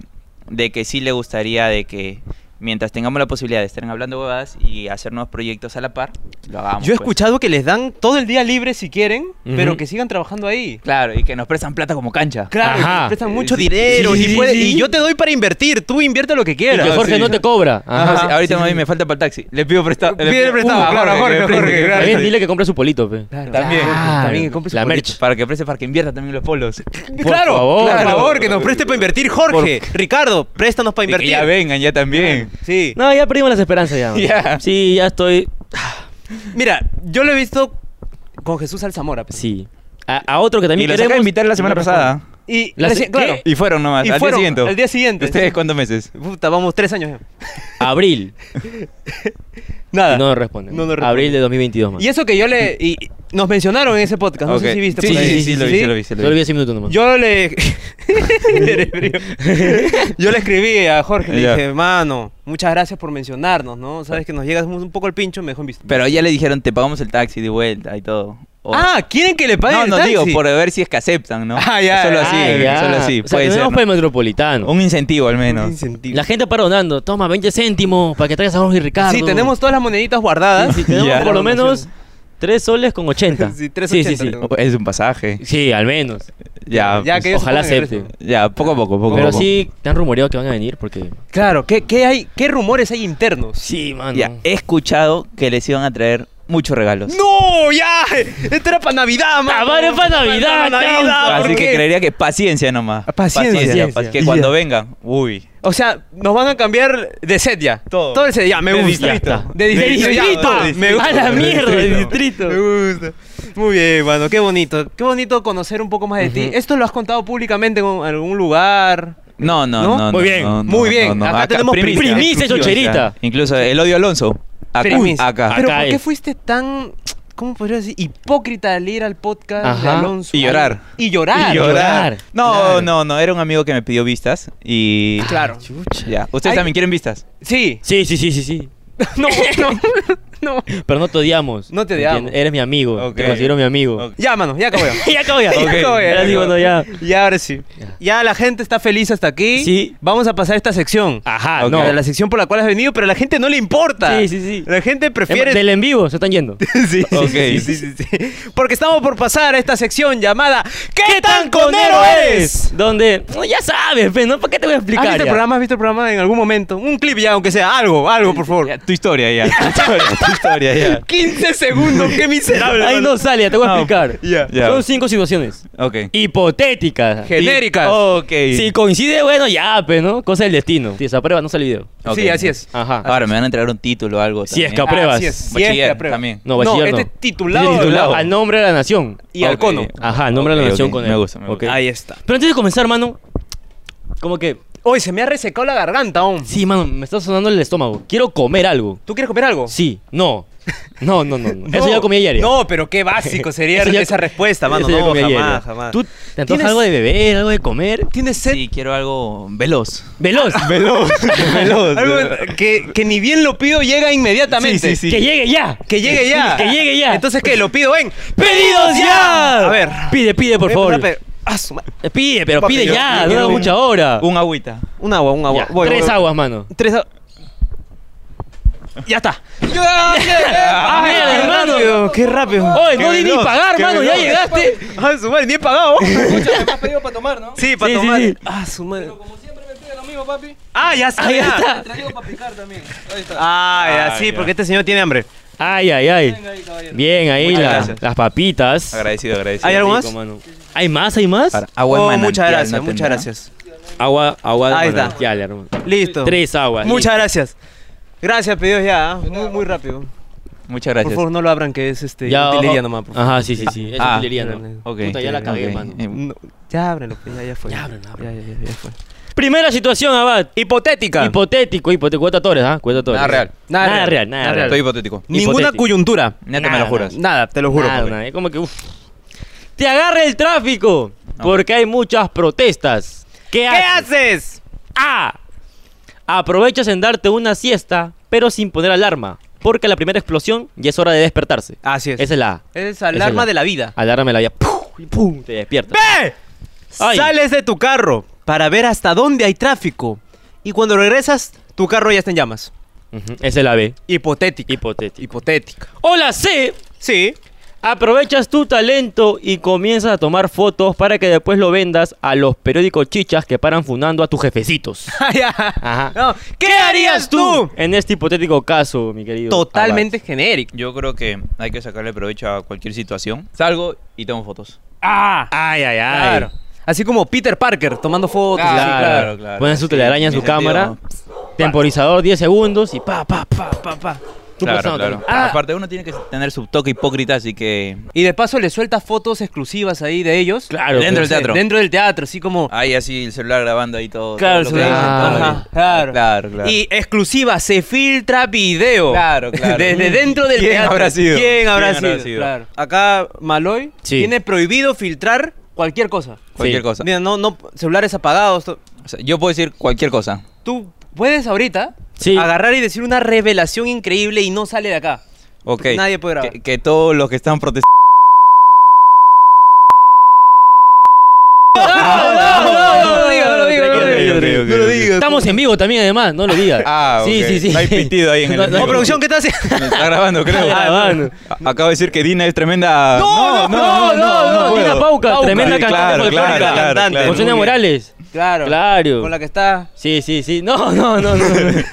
S1: de que sí le gustaría de que mientras tengamos la posibilidad de estar en hablando huevadas y hacer nuevos proyectos a la par, lo hagamos.
S2: Yo he
S1: pues.
S2: escuchado que les dan todo el día libre si quieren,
S3: Ujú.
S2: pero que sigan trabajando ahí.
S1: Claro, y que nos prestan plata como cancha.
S3: Ajá. Eh,
S2: Claro, que les prestan mucho
S1: Sí,
S2: dinero
S3: sí,
S2: y,
S3: sí,
S2: puede-
S3: sí.
S2: y yo te doy para invertir, tú invierte lo que
S3: Y
S2: quieras.
S3: que Jorge
S1: sí.
S3: no te cobra.
S1: Ajá,
S3: Ajá.
S1: sí, ahorita me- me falta para el taxi. Le pido Uh, prestado.
S2: Pide prestado, claro, Jorge, Jorge, claro.
S3: También dile que compre su polito, pe.
S2: Claro,
S1: También.
S2: claro, también que compre su
S3: La
S2: polito.
S3: merch.
S1: Para que preste, para que invierta también los polos.
S2: claro,
S3: favor.
S2: por
S3: Claro.
S2: favor, que nos preste para invertir, Jorge. Ricardo, préstanos para
S1: Y que
S2: invertir.
S1: ya vengan, ya también.
S2: Sí.
S3: No, ya perdimos las esperanzas ya. mano.
S1: Ya.
S3: Sí, ya estoy.
S2: Mira, yo lo he visto con Jesús Alzamora. pues.
S3: Sí. A, a otro que
S1: Y
S3: también
S1: los acabo
S3: queremos.
S1: de invitar la semana
S3: No
S1: pasada.
S2: Y
S3: La
S2: recién-
S3: se-
S2: claro.
S3: ¿qué?
S1: Y fueron nomás,
S2: Y
S1: al
S2: fueron,
S1: día siguiente.
S2: al día siguiente.
S1: ¿Ustedes cuántos meses?
S2: Puta, vamos tres años. ya.
S3: responde. Abril.
S2: Nada.
S3: Y no nos responde.
S2: Ah. No nos responde.
S3: Abril de 2022, mano.
S2: Y eso que yo le. Y nos mencionaron en ese podcast. No sé
S1: Ok.
S2: si viste.
S1: Sí,
S2: por
S1: sí,
S2: ahí.
S1: sí, sí, lo vi, sí, lo vi, sí, lo
S3: Solo vi
S1: vi.
S3: 10 minutos nomás.
S2: Yo le. Eres frío. yo le escribí a Jorge. Le
S1: Ya.
S2: dije, mano, muchas gracias por mencionarnos, ¿no? Sabes que nos llegas un poco el pincho, me dejó en visto.
S1: Pero ya le dijeron, te pagamos el taxi de vuelta y todo. O-
S2: Ah, ¿quieren que le paguen
S1: no,
S2: el
S1: no
S2: taxi?
S1: digo, por ver si es que aceptan, ¿no?
S2: Ah, ya,
S1: Solo
S2: ya.
S1: así,
S3: Ah, ya.
S1: solo así.
S3: O sea,
S1: Puede ser.
S3: tenemos
S1: ¿no?
S3: para el metropolitano.
S1: Un incentivo al
S2: Un
S1: menos.
S2: incentivo.
S3: La gente para donando. Toma, 20 céntimos para que traigas a Jorge y Ricardo.
S2: Sí, tenemos todas las moneditas guardadas.
S3: Sí, tenemos
S1: Ya.
S3: por lo menos 3 soles con 80.
S2: Sí, tres
S3: sí, sí,
S2: ochenta
S3: sí.
S2: tenemos.
S1: Es un pasaje.
S3: Sí, al menos.
S1: Ya,
S2: Ya
S1: pues,
S2: que ellos
S3: Ojalá
S2: supongan el
S3: acepte.
S2: resto.
S1: ya, poco a poco, poco a
S3: Pero
S1: poco.
S3: sí, te han rumoreado que van a venir porque...
S2: Claro, ¿qué, qué hay, ¿qué rumores hay internos?
S3: Sí, mano.
S1: Ya, he escuchado que les iban a traer muchos regalos.
S2: ¡No! ¡Ya! Esto era para Navidad, mano.
S3: Ah, vale, pa' Navidad,
S2: Pa' Navidad,
S3: causa.
S2: ¿por
S1: Así que
S2: qué?
S1: creería que paciencia nomás.
S2: Ah, paciencia.
S1: pa- que
S2: Ya.
S1: cuando vengan, uy.
S2: O sea, nos van a cambiar de set ya.
S1: Todo.
S2: Todo el set ya, me
S1: De
S2: gusta.
S1: distrito.
S2: Ya está. De
S1: De
S2: distrito. ya,
S1: distrito.
S2: pa, me gusta.
S3: A la mierda, de distrito.
S2: Me gusta. Muy bien, mano, qué bonito. Qué bonito conocer un poco más de ti.
S3: Ujú.
S2: ¿Esto lo has contado públicamente en un- algún lugar?
S1: No, no,
S2: ¿No?
S1: no.
S3: Muy
S1: no,
S3: bien,
S1: no, no,
S2: muy bien.
S1: no, no.
S2: Acá tenemos primicia.
S3: Primicia, chocherita.
S1: Incluso el odio Alonso. Acá.
S2: Pero-
S1: acá.
S2: Pero
S3: Acá
S2: ¿por qué
S3: es.
S2: fuiste tan, cómo podría decir, hipócrita al ir al podcast de
S3: Ajá.
S2: Alonso?
S1: Y llorar.
S2: Y llorar.
S3: Y llorar.
S1: No,
S3: Claro.
S1: no, no. Era un amigo que me pidió vistas y.
S2: Claro.
S3: Chucha.
S1: Ya. ¿Ustedes
S2: Ay.
S1: también quieren vistas?
S2: Sí.
S3: Sí, sí, sí, sí, sí.
S2: No, no. No.
S3: Pero no te odiamos.
S2: No te
S3: ¿entiendes?
S2: odiamos.
S3: Eres mi amigo.
S1: Ok.
S3: Te considero mi amigo.
S1: Ok.
S2: Ya, mano, ya acabo ya.
S3: ya acabo ya.
S2: Ya acabo ya.
S3: Ahora sí, bueno, ya.
S2: Ya, ahora sí. Ya la gente está feliz hasta aquí.
S3: Sí.
S2: Vamos a pasar a esta sección.
S3: Ajá,
S2: Ok.
S3: no.
S2: La sección por la cual has venido, pero a la gente no le importa.
S3: Sí, sí, sí.
S2: La gente prefiere...
S3: Del en vivo, se están yendo.
S2: Sí, sí,
S1: Ok.
S2: sí, sí, sí, sí. Porque estamos por pasar a esta sección llamada ¿Qué tan conero
S3: conero
S2: eres?
S3: Donde, no, ya sabes, pe, ¿no? ¿Para qué te voy a
S2: ¿Has
S3: explicar?
S2: visto el
S3: ya?
S2: programa? ¿Has visto el programa en algún momento? Un clip ya, aunque sea algo, algo, por favor.
S1: Ya, tu historia ya. Tu historia, tu historia ya.
S2: 15 segundos, qué miserable.
S3: Ahí
S2: mano.
S3: no sale, ya te voy a
S1: No.
S3: explicar.
S2: Ya.
S1: Ya.
S3: Son cinco situaciones.
S1: Ok.
S3: Hipotéticas.
S2: Genéricas.
S1: Ok.
S3: Si coincide, bueno, ya, pe, ¿no? Cosa del destino. Si desaprueba, no Ah, sale el video.
S1: Ok.
S2: Sí, así es.
S3: Ajá.
S1: Ahora me van a entregar un título o algo.
S3: Si
S1: también. Ah,
S3: escapó. Apruebas.
S2: Así es. Si
S1: Bachiller
S2: es que apruebas.
S1: también.
S3: No, bachiller
S2: este
S3: no.
S2: es titulado.
S3: Dice titulado, Ah,
S2: al
S3: Al
S2: no-
S3: nombre de la nación.
S2: Y al
S1: Ok.
S2: cono.
S3: Ajá, al nombre de
S1: Ok,
S3: la nación
S1: ok.
S3: con él.
S1: Me gusta, me gusta.
S3: Ok.
S2: Ahí está.
S3: Pero antes de comenzar, mano, como que,
S2: Hoy se me ha resecado la garganta, aún.
S3: sí, mano, me está sonando el estómago. Quiero comer algo.
S2: ¿Tú quieres comer algo?
S3: Sí, no. No, no, no. no.
S2: No.
S3: Eso ya comí ayer. ya.
S2: No, pero qué básico sería
S3: Eso ya-
S2: esa respuesta, mano.
S3: Eso ya
S2: No,
S3: comí
S2: jamás,
S3: ayer, ya.
S2: jamás.
S3: ¿Tú te antojas
S2: ¿Tienes-
S3: algo de beber, algo de comer?
S2: tienes sed?
S1: Sí, quiero algo veloz.
S3: Veloz.
S1: Veloz. veloz.
S2: Algo que, que ni bien lo pido llega inmediatamente.
S1: Sí, sí, sí.
S3: Que llegue ya.
S2: Que llegue ya.
S3: Que llegue ya.
S2: Entonces, ¿qué? Lo pido en...
S3: ¡Pedidos ya!
S2: A ver.
S3: Pide, pide, por
S2: Eh,
S3: favor.
S2: pero- ah, su ma-
S3: Eh, Pide, pero
S2: Papi,
S3: pide
S2: yo-
S3: ya.
S2: yo
S3: No
S2: quiero-
S3: da mucha hora.
S1: Un agüita.
S2: Un agua, un agua.
S3: Ya,
S2: Voy,
S3: Tres
S2: voy, voy.
S3: aguas, mano.
S2: Tres aguas.
S3: Ya está.
S2: ¡Ah,
S3: mierda,
S2: qué
S3: hermano!
S2: rápido, ¡Qué rápido!
S3: Oye, no di ni
S1: veloz,
S3: pagar,
S1: qué
S3: mano. Ya
S1: veloz.
S3: llegaste.
S2: ¡Ah, su madre! ¡Bien pagado!
S4: pedido para tomar, ¿no?
S2: Sí, para
S3: Sí, sí,
S2: tomar.
S3: sí.
S2: ¡Ah, su madre!
S4: Como siempre me pide lo mismo, papi.
S2: ¡Ah, ya está!
S3: Ahí
S2: ya.
S3: está.
S4: Traigo para picar también. Ahí está.
S2: ¡Ah, ya,
S1: Ah,
S2: sí!
S1: ya.
S2: Porque este señor tiene hambre.
S3: Ay, ay,
S4: Venga
S3: ay.
S4: ahí, caballero.
S3: Bien, ahí
S1: Muchas
S3: la-
S1: gracias.
S3: las papitas.
S1: Agradecido, agradecido.
S2: ¿Hay algo más?
S3: Rico, mano. ¿Hay más? ¿Hay más?
S1: Para- agua en
S2: Oh,
S1: manantial,
S2: muchas gracias,
S1: ¿no
S2: muchas
S1: tendrá?
S2: gracias.
S3: Agua, agua. de
S2: Ahí está.
S3: manantial, hermano.
S2: Listo.
S3: Tres aguas.
S2: Muchas
S3: listo.
S2: gracias. Gracias, pedidos ya. ¿ah? Muy, muy rápido.
S1: Muchas
S2: Por
S1: gracias.
S2: favor, no lo abran, que es este.
S3: Ya,
S2: utilería
S3: oh,
S2: nomás, por favor.
S3: Ajá, sí, sí, sí. Es
S1: Ah.
S3: utilería,
S2: Ah.
S3: ¿no?
S1: Ok,
S3: Puta, ya la
S1: ok,
S3: cagué,
S1: ok.
S3: mano.
S1: Eh,
S2: No, ya ábrelo, pues, ya, ya fue.
S3: Ah. Ya ábrelo, ábrelo.
S2: Ya, ya, ya, ya fue.
S3: Primera situación, Abad.
S2: Hipotética.
S3: Hipotético, hipotético. Cuenta Torres, ¿ah? Cuenta Torres.
S1: Nada real.
S3: Nada,
S2: Nada real.
S3: real, nada,
S2: Nada
S3: real.
S1: Estoy hipotético.
S2: Ninguna
S3: Hipotético.
S2: coyuntura.
S1: Neta me
S3: Nada,
S1: lo juras.
S2: Nada, te lo juro.
S3: Nada,
S2: papi.
S3: nada, Es como que, uff. Te agarra el tráfico porque hay muchas protestas. ¿Qué,
S2: ¿Qué
S3: haces?
S2: haces?
S3: A. Aprovechas en darte una siesta, pero sin poner alarma. Porque a la primera explosión ya es hora de despertarse.
S2: Así es.
S3: Esa es la A.
S2: Es alarma
S3: la-
S2: de la vida.
S3: Alarma la vida. ¡Pum! y ¡Pum! Te despiertas.
S2: ¡Ve!
S3: Ay.
S2: Sales de tu carro para ver hasta dónde hay tráfico. Y cuando regresas, tu carro ya está en llamas.
S3: Ujú, Esa es la B.
S2: Hipotética.
S3: Hipotético.
S2: Hipotética.
S3: O la C.
S2: Sí.
S3: Aprovechas tu talento y comienzas a tomar fotos para que después lo vendas a los periódicos chichas que paran fundando a tus jefecitos. Ajá.
S2: Ah, No, ¿Qué harías tú?
S3: En este hipotético caso, mi querido.
S2: Totalmente genérico.
S1: Yo creo que hay que sacarle provecho a cualquier situación. Salgo y tomo fotos.
S2: Ah,
S3: Abad. Ay, ay, ay.
S2: claro. Así como Peter Parker tomando fotos.
S1: Ah,
S2: así,
S1: claro,
S2: claro.
S1: claro.
S3: Pones su
S1: Sí,
S3: telaraña en
S1: mi
S3: su
S1: sentido-
S3: cámara. Temporizador 10 segundos y pa, pa, pa, pa, pa. Tú
S1: Claro,
S3: posando
S1: claro.
S3: también. Ah,
S1: Aparte, uno tiene que tener su toque hipócrita, así que.
S2: Y de paso le sueltas fotos exclusivas ahí de ellos.
S3: claro.
S1: Dentro Ah,
S3: pues.
S1: del teatro.
S2: Dentro del teatro, así como.
S1: Ahí, así, el celular grabando ahí todo.
S2: Claro,
S1: todo
S2: se
S1: lo que
S2: ve-
S1: hacen, todo
S2: ajá,
S1: ahí.
S2: claro.
S1: Claro, claro.
S2: Y exclusiva, se filtra video.
S1: Claro, claro.
S2: Desde dentro del
S1: ¿Quién
S2: teatro.
S1: habrá sido?
S2: ¿Quién habrá
S1: ¿Quién
S2: sido?
S1: habrá sido?
S2: Claro. Acá Maloy
S3: Sí.
S2: tiene prohibido filtrar cualquier cosa.
S1: Cualquier
S3: Sí.
S1: cosa.
S2: Mira, no, no, celulares apagados. to-
S1: O sea, yo puedo decir cualquier cosa.
S2: Tú puedes ahorita
S3: Sí.
S2: agarrar y decir una revelación increíble y no sale de acá.
S1: Ok.
S2: Nadie puede grabar.
S1: Que, que todos los que están protestando.
S2: no, no, no lo digo, no lo digo, no lo
S3: Tranquilo, tranquilo,
S2: digo.
S3: tranquilo.
S1: No lo digas.
S3: Estamos en vivo también, además, no lo digas.
S1: Ah, ok.
S3: Sí, sí, sí.
S1: No hay pitido ahí en el
S3: No, no,
S1: micro.
S2: No, producción, ¿qué estás haciendo?
S1: Me está grabando, creo.
S3: Ah, bueno.
S1: A- Acabo de decir que Dina es tremenda.
S2: No, no, no, no, no,
S1: puedo.
S3: Dina Pauca, tremenda
S1: Sí,
S3: cantante
S1: Claro,
S3: folclórica.
S1: claro, claro,
S2: Cantante.
S1: claro.
S3: Con Sonia
S2: Muy bien.
S3: Morales.
S2: Claro.
S3: Claro.
S2: Con la que está.
S3: Sí, sí, sí. No, no, no, no.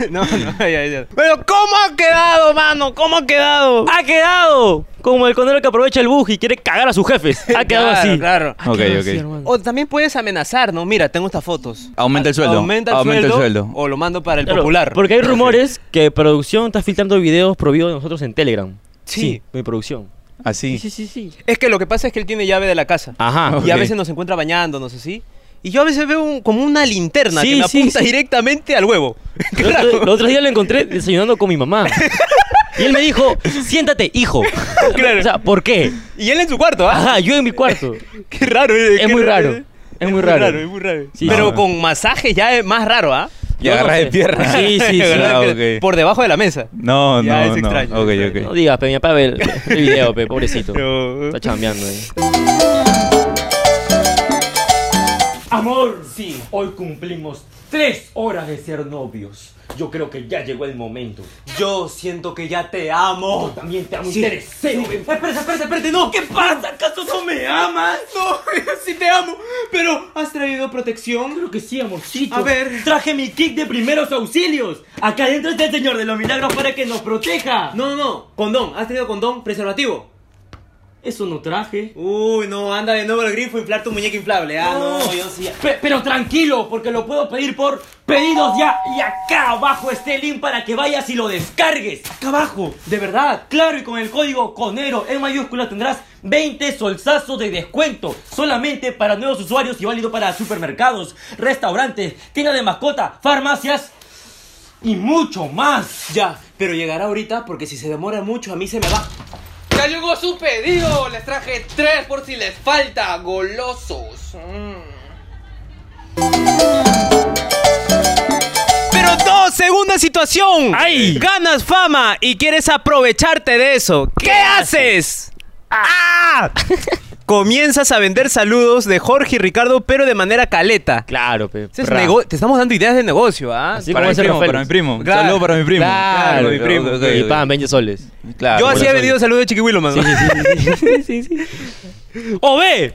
S2: No, no, ya, ya. Pero, ¿cómo ha quedado, mano? ¿Cómo ha quedado?
S3: ha quedado como el conero que aprovecha el bus y quiere cagar a sus jefes. Ha quedado
S2: Claro,
S3: así.
S2: Claro.
S3: Ha
S1: Ok,
S3: quedado
S1: ok.
S3: así, hermano.
S2: O también puedes amenazar, ¿no? Mira, tengo estas fotos.
S1: Aumenta el sueldo.
S2: Aumenta el,
S1: Aumenta el
S2: sueldo,
S1: sueldo.
S2: O lo mando para el
S3: Claro,
S2: popular.
S3: Porque hay rumores que producción está filtrando videos prohibidos de nosotros en Telegram.
S2: Sí.
S3: Mi producción. Sí,
S1: Así.
S3: sí, sí, sí.
S2: Es que lo que pasa es que él tiene llave de la casa.
S3: Ajá.
S2: Y a
S1: ok.
S2: veces nos encuentra bañándonos así. Y yo a veces veo un- como una linterna
S3: Sí,
S2: que me
S3: sí,
S2: apunta
S3: sí.
S2: directamente al huevo.
S3: El
S2: Claro.
S3: otro, el otro día lo encontré desayunando con mi mamá. Y él me dijo, siéntate, hijo.
S2: Claro.
S3: O sea, ¿por qué?
S2: Y él en su cuarto, ¿ah?
S3: Ajá, yo en mi cuarto.
S2: Qué raro. eh,
S3: Es
S2: qué
S3: muy
S2: raro.
S3: raro. Es muy raro.
S2: es muy raro.
S3: Sí,
S2: Pero
S1: sí.
S2: con masajes ya es más raro, ¿ah?
S1: Y
S3: Yo no
S1: agarrar
S3: sé.
S1: de pierna.
S3: Sí, sí, sí.
S1: Ah,
S2: Que-
S1: ok.
S2: Por debajo de la mesa.
S1: No,
S2: Ya,
S1: no,
S2: es
S1: no.
S2: extraño,
S1: Ok,
S2: es
S1: ok.
S2: extraño.
S3: No digas, pe, mi papá ve el, el video, pe, pobrecito.
S2: Yo-
S3: Está chambeando ahí.
S5: Amor, sí. Hoy cumplimos tres horas de ser novios. Yo creo que ya llegó el momento.
S2: Yo siento que ya te amo.
S5: Yo también te amo
S2: Sí,
S5: intereseo.
S2: sí. Espérate, espérate, espérate, no, ¿qué pasa? ¿Acaso no me amas? No, sí te amo, pero ¿has traído protección?
S5: Creo que sí, amorcito.
S2: A ver.
S5: Traje mi kit de primeros auxilios. Acá adentro está el señor de los milagros para que nos proteja.
S2: No, no, no, condón, ¿has traído condón? ¿Preservativo?
S5: Eso no traje.
S2: Uy, no, anda de nuevo el grifo, inflar tu muñeca inflable, ah, no, yo sí.
S5: Pe- pero tranquilo, porque lo puedo pedir por pedidos ya. Y acá abajo esté el link para que vayas y lo descargues. Acá abajo, de verdad. Claro, y con el código CONERO en mayúscula tendrás 20 solsazos de descuento. Solamente para nuevos usuarios y válido para supermercados, restaurantes, tiendas de mascota, farmacias y mucho más.
S2: Ya, pero llegará ahorita porque si se demora mucho a mí se me va.
S6: Ya llegó su pedido, les traje tres por si les falta, golosos. Mm.
S2: Pero no, segunda situación.
S3: ¡Ay!
S2: Ganas fama y quieres aprovecharte de eso. ¿Qué, haces? ¡Ah! Comienzas a vender saludos de Jorge y Ricardo, pero de manera caleta.
S3: Claro, pe.
S2: Ese es
S3: pra.
S2: nego- te estamos dando ideas de negocio, ¿ah?
S3: Así
S1: Para
S3: como
S1: mi
S3: ese
S1: primo,
S3: Rafael.
S1: para mi primo.
S2: Claro.
S1: Saludo para mi primo.
S3: Claro,
S1: Para mi primo.
S3: ok,
S1: ok,
S3: Y
S1: ok.
S3: pan, 20 soles.
S1: Claro.
S2: Yo
S1: por
S2: así he
S1: eso-
S2: vendido saludos de Chiquihuilo, mano.
S3: ¡O ve!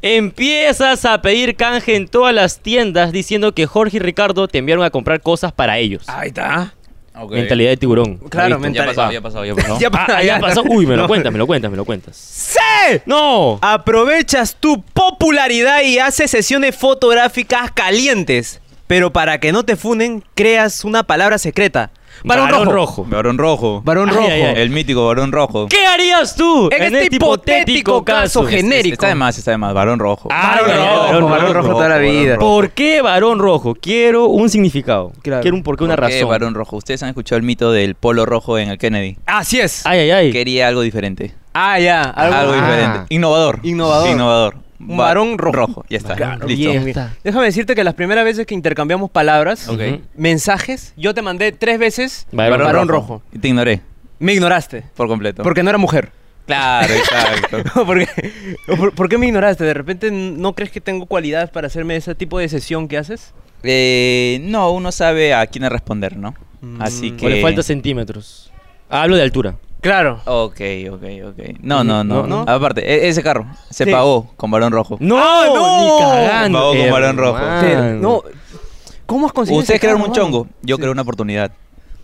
S3: Empiezas a pedir canje en todas las tiendas diciendo que Jorge y Ricardo te enviaron a comprar cosas para ellos.
S2: Ahí está.
S1: Ok.
S3: Mentalidad de tiburón.
S2: Claro,
S3: ¿Lo viste?
S1: Ya
S2: mental.
S1: pasó, ya pasó, ya pasó.
S2: Ya,
S3: Ah, ah, ya pasó. Uy, me lo cuentas, me lo cuentas, me lo cuentas.
S2: ¡Sí!
S3: ¡No!
S2: Aprovechas tu popularidad y haces sesiones fotográficas calientes. Pero para que no te funen, creas una palabra secreta. Para un
S3: Varón
S2: rojo.
S3: rojo.
S1: Varón rojo.
S2: Varón
S3: Ay,
S2: rojo.
S3: ay, ay.
S1: El mítico varón rojo.
S3: ¿Qué harías tú
S2: En este hipotético caso,
S1: Es- es-
S2: Genérico.
S1: Está de más, está de más. Varón rojo.
S3: Ah,
S2: Varón
S3: varón
S2: rojo,
S3: rojo,
S2: varón rojo toda la
S1: varón
S2: vida.
S1: rojo.
S3: ¿Por qué varón rojo? Quiero un significado.
S2: Claro.
S3: Quiero un porqué, una
S1: ¿Por qué
S3: razón.
S1: varón rojo? Ustedes han escuchado el mito del polo rojo en el Kennedy.
S2: Así es.
S3: Ay, ay, ay.
S1: Quería algo diferente.
S2: Ah, ya.
S1: Algo,
S3: Ah.
S1: diferente. Innovador.
S2: Innovador.
S1: Innovador.
S2: Un varón rojo.
S1: Ya está.
S3: Claro,
S1: Listo.
S3: bien.
S2: Déjame decirte que las primeras veces que intercambiamos palabras,
S1: Ok.
S3: Ujú.
S2: mensajes, yo te mandé tres veces
S3: Varón
S2: rojo.
S1: Y te ignoré
S2: Me ignoraste.
S1: por completo.
S2: Porque no era mujer.
S1: Claro, exacto.
S2: ¿Por, qué? ¿Por- por qué me ignoraste? ¿De repente no crees que tengo cualidades para hacerme ese tipo de sesión que haces?
S1: Eh, no, uno sabe a quién responder, ¿no? Así
S2: Mm.
S1: que.
S3: O le falta centímetros. Ah, hablo de altura.
S2: Claro.
S1: Ok, ok, ok. No, no, no.
S3: No, no.
S1: Aparte, e- ese carro se
S2: Sí.
S1: pagó con varón rojo.
S3: ¡No!
S2: ¡Ah, no!
S3: ¡Ni cagando!
S1: Vamos con varón
S3: hermano.
S1: rojo.
S2: Te- no. ¿Cómo has conseguido?
S1: Ah. Ustedes
S2: ese
S1: crearon
S2: carro,
S1: un
S2: mano?
S1: chongo. Yo creo una oportunidad.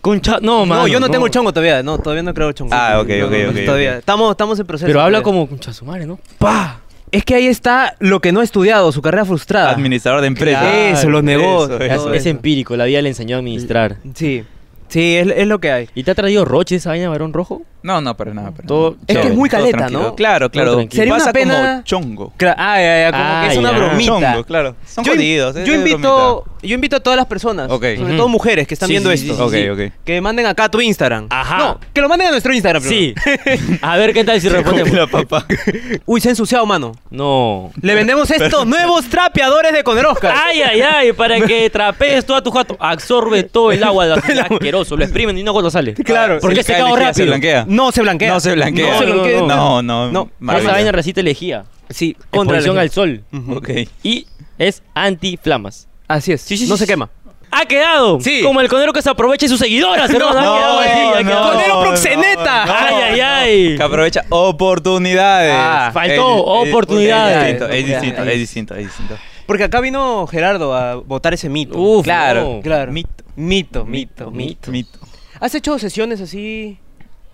S3: Con cha- No,
S2: No,
S3: mano,
S2: yo no, tengo chongo todavía. No, todavía no creo chongo.
S1: Ah, ok,
S2: No,
S1: ok,
S2: no,
S1: ok,
S2: Todavía.
S1: ok.
S2: Estamos, estamos en proceso.
S3: Pero habla
S2: todavía.
S3: como con chasumare, ¿no?
S2: ¡Pah! Es que ahí está lo que no ha estudiado, su carrera frustrada.
S1: Administrador de empresas.
S2: Claro, Ah. eso, los negocios.
S1: eso,
S3: Es,
S1: eso.
S3: es empírico, la vida le enseñó a administrar.
S2: Sí. Sí, es, es lo que hay.
S3: ¿Y te ha traído Roche esa vaina de varón rojo?
S1: No, no, para nada. para
S3: Todo-
S1: nada.
S3: Es que es
S2: muy
S1: todo
S2: caleta,
S1: tranquilo.
S2: ¿no?
S1: Claro, claro.
S3: Todo tranquilo.
S2: Sería una
S1: Pasa
S2: pena-
S1: como chongo.
S2: Cla- ah, ya, ya, como
S3: Ah,
S2: que es una
S3: ya.
S2: bromita.
S1: Chongo, claro. Son
S2: yo, in-
S1: jodidos. es-
S2: yo
S1: es
S2: invito,
S1: bromita.
S2: yo invito a todas las personas,
S1: Ok.
S2: sobre
S3: Ujú.
S2: todo mujeres que están
S1: Sí,
S2: viendo
S1: sí, sí,
S2: esto,
S1: sí, sí. Ok, ok.
S2: que manden acá a tu Instagram.
S3: Ajá.
S2: No, que lo manden a nuestro Instagram.
S3: Sí. A ver qué tal si
S1: Como
S3: responde.
S1: la papa.
S2: Uy, se ha ensuciado, mano.
S3: No.
S2: Le vendemos estos nuevos trapeadores de Conerosca.
S3: Ay, ay, ay, para que trapees toda tu jato. Absorbe todo el agua de la asqueroso. Lo exprimen y no cuando sale.
S2: Claro.
S3: Porque
S1: Se
S3: se
S1: cae
S3: cago
S1: lejía, se
S3: rápido.
S1: blanquea.
S2: No se blanquea.
S1: No se blanquea.
S2: No se
S3: No, no,
S2: blanquea.
S1: No, no.
S2: No.
S1: maravilla.
S3: Esa vaina recita lejía.
S2: Sí, contra
S3: Exposición
S2: la-
S3: al sol.
S1: Ok.
S3: Y es antiflamas.
S2: Así es.
S3: Sí, sí,
S2: no
S3: sí,
S2: se
S3: sí.
S2: quema.
S3: Ha quedado
S2: Sí.
S3: como el conero que se aprovecha de sus seguidoras, hermano. ha
S1: No,
S3: quedado ahí, ha
S1: no,
S3: quedado.
S2: ¡Conero
S1: no,
S2: proxeneta!
S1: no,
S3: ay,
S1: no.
S3: ay, ay.
S1: Que aprovecha oportunidades.
S2: Ah,
S3: faltó
S1: Es- es-
S3: oportunidades.
S1: Es distinto, es distinto, es distinto. es distinto.
S2: Porque acá vino Gerardo a botar ese mito.
S3: Uf,
S1: Claro.
S3: no.
S2: claro.
S1: Mito.
S2: Mito, mito,
S3: mito.
S1: Mito.
S2: ¿Has hecho sesiones así?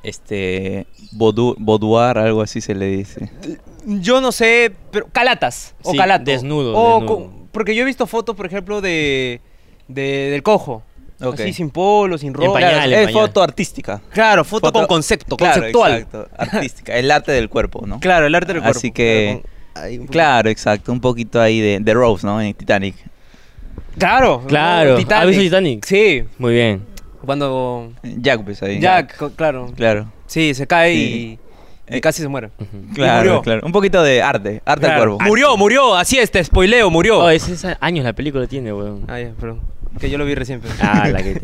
S1: Este. bodu- Boudoir, algo así se le dice.
S2: Yo no sé, pero calatas o
S3: Sí,
S2: calatos.
S3: desnudo,
S2: O
S3: desnudo.
S2: co- porque yo he visto fotos, por ejemplo, de, de- del cojo.
S1: Ok.
S2: Así sin polo, sin ropa.
S3: pañal, en
S1: es
S3: pañal.
S1: foto artística.
S2: Claro, foto, con concepto,
S1: claro,
S2: conceptual.
S1: Exacto, artística. El arte del cuerpo, ¿no?
S2: Claro, el arte del cuerpo.
S1: Así que. Claro, exacto. Un poquito ahí de, de Rose, ¿no? En Titanic.
S2: Claro.
S3: Claro,
S2: ¿no?
S3: ¿has visto Titanic?
S2: Sí,
S3: Muy bien.
S2: cuando
S1: Jack, pues ahí.
S2: Jack, co- claro.
S1: Claro.
S2: Sí, se cae
S1: Sí.
S2: y, y
S1: Eh,
S2: casi se muere.
S1: Claro,
S2: murió.
S1: claro. Un poquito de arte, arte del
S2: Claro.
S1: cuervo.
S2: Murió, murió, así es, te spoileo, murió.
S3: Oh, es, es años la película tiene, weón.
S2: Ah, ya, perdón. Que yo lo vi recién. pero-
S3: Ah, la que-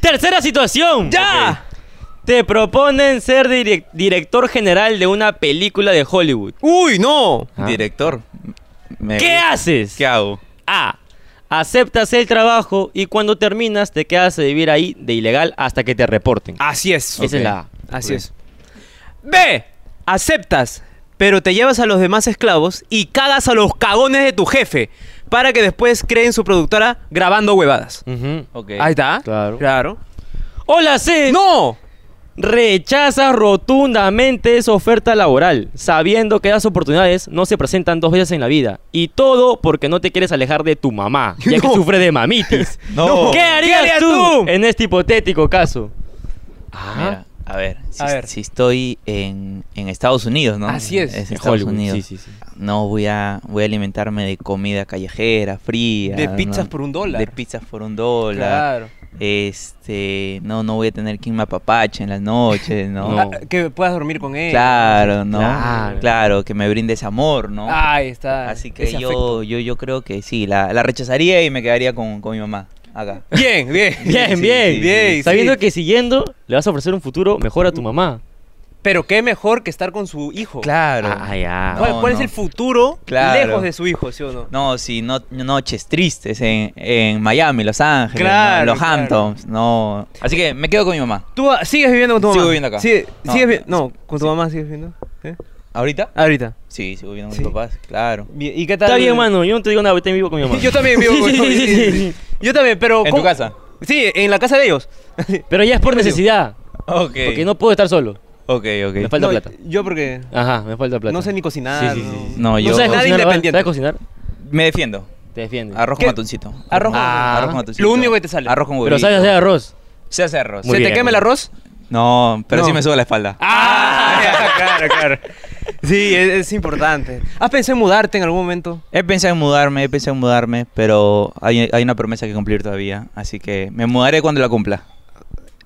S3: Tercera situación.
S2: ¡Ya!
S3: Ok. Te proponen ser direc- director general de una película de Hollywood.
S2: ¡Uy, no!
S3: Ah.
S1: Director. me
S3: ¿Qué
S1: gusta.
S3: haces?
S1: Eh. ¿Qué hago?
S3: A. Aceptas el trabajo y cuando terminas te quedas a vivir ahí de ilegal hasta que te reporten.
S2: Así es.
S3: Esa es la A.
S2: Así
S1: Ok.
S2: es. B. Aceptas, pero te llevas a los demás esclavos y cagas a los cagones de tu jefe para que después creen su productora grabando huevadas.
S3: Ujú.
S1: Ok. Eh,
S2: Ahí está.
S3: Claro.
S2: Claro.
S3: O la C.
S2: ¡No!
S3: Rechazas rotundamente esa oferta laboral, sabiendo que las oportunidades no se presentan dos veces en la vida. Y todo porque no te quieres alejar de tu mamá, ya que
S2: No.
S3: sufre de mamitis.
S1: No.
S3: ¿Qué harías,
S2: harías
S3: tú
S2: tú?
S3: en este hipotético caso?
S1: Mira, a ver, si,
S2: A ver.
S1: si estoy en, en Estados Unidos, ¿no?
S2: Así es.
S1: Es
S3: En
S1: Estados
S3: Hollywood,
S1: Unidos.
S3: sí, sí, sí.
S1: No voy a voy a alimentarme de comida callejera, fría.
S2: De
S1: ¿no?
S2: pizzas por un dólar.
S1: De pizzas por un dólar.
S2: Claro.
S1: Este, no no voy a tener quien me apapache en las noches, ¿no?
S3: No.
S2: Ah, que puedas dormir con él.
S1: Claro, ¿no?
S3: Claro.
S1: Claro. que me brindes amor, ¿no?
S2: Ahí está.
S1: Así
S2: Ese
S1: que
S2: afecto.
S1: yo, yo yo creo que sí, la, la rechazaría y me quedaría con, con mi mamá acá.
S2: Bien, bien.
S3: Bien,
S2: Sí,
S3: bien.
S2: sí, bien.
S3: Sabiendo
S2: sí.
S3: que siguiendo le vas a ofrecer un futuro mejor a tu mamá.
S2: Pero qué mejor que estar con su hijo.
S1: Claro.
S3: Ah, ya.
S2: ¿Cuál,
S1: No,
S2: cuál es
S1: no.
S2: el futuro
S1: Claro.
S2: lejos de su hijo, sí o no?
S1: No, sí, no, noches tristes en, en Miami, Los Ángeles, ¿no?
S2: Claro,
S1: Los
S2: claro.
S1: Hamptons, no. Así que me quedo con mi mamá.
S2: ¿Tú ah, sigues viviendo con tu mamá?
S1: Sigo viviendo acá.
S2: Sigue-
S1: No,
S2: sigues vi-
S1: no,
S2: no, con tu mamá sigues viviendo. ¿Eh?
S1: ¿Ahorita?
S2: Ahorita.
S1: Sí, sigo viviendo con
S2: Sí.
S1: mis papás, claro.
S2: Bien, ¿Y qué tal?
S3: Está bien, mano. Yo no te digo nada, ahorita vivo con mi mamá.
S2: Yo también vivo con
S3: Sí, sí, sí, sí, sí.
S2: Yo también, pero.
S1: ¿En tu
S2: ¿cómo-
S1: casa?
S2: Sí, en la casa de ellos.
S3: Pero ya es por necesidad.
S1: Ok.
S3: Porque no puedo estar solo.
S1: Ok,
S3: Me
S1: ok.
S3: falta
S2: No,
S3: plata.
S2: Yo porque.
S3: Ajá, me falta plata.
S2: No sé ni cocinar.
S3: Sí, sí, sí, sí.
S1: No, yo-
S2: No sabes nada
S3: cocinar, ¿verdad?
S2: independiente.
S3: ¿Sabes cocinar?
S1: Me defiendo.
S3: Te defiende.
S1: Arroz
S2: ¿Qué?
S1: con atuncito.
S2: Arroz con-
S1: Ah. arroz con atuncito.
S2: Lo único que te sale.
S1: Arroz con huevito.
S3: Pero sabes hacer arroz.
S1: Se hace arroz.
S3: Muy
S2: ¿Se
S3: bien.
S2: te quema el arroz?
S1: No, pero
S2: No.
S1: sí me sube la espalda.
S2: ¡Ah! claro, claro. Sí, es, es importante. ¿Has pensado en mudarte en algún momento?
S1: He pensado en mudarme, he pensado en mudarme, pero hay, hay una promesa que cumplir todavía. Así que me mudaré cuando la cumpla.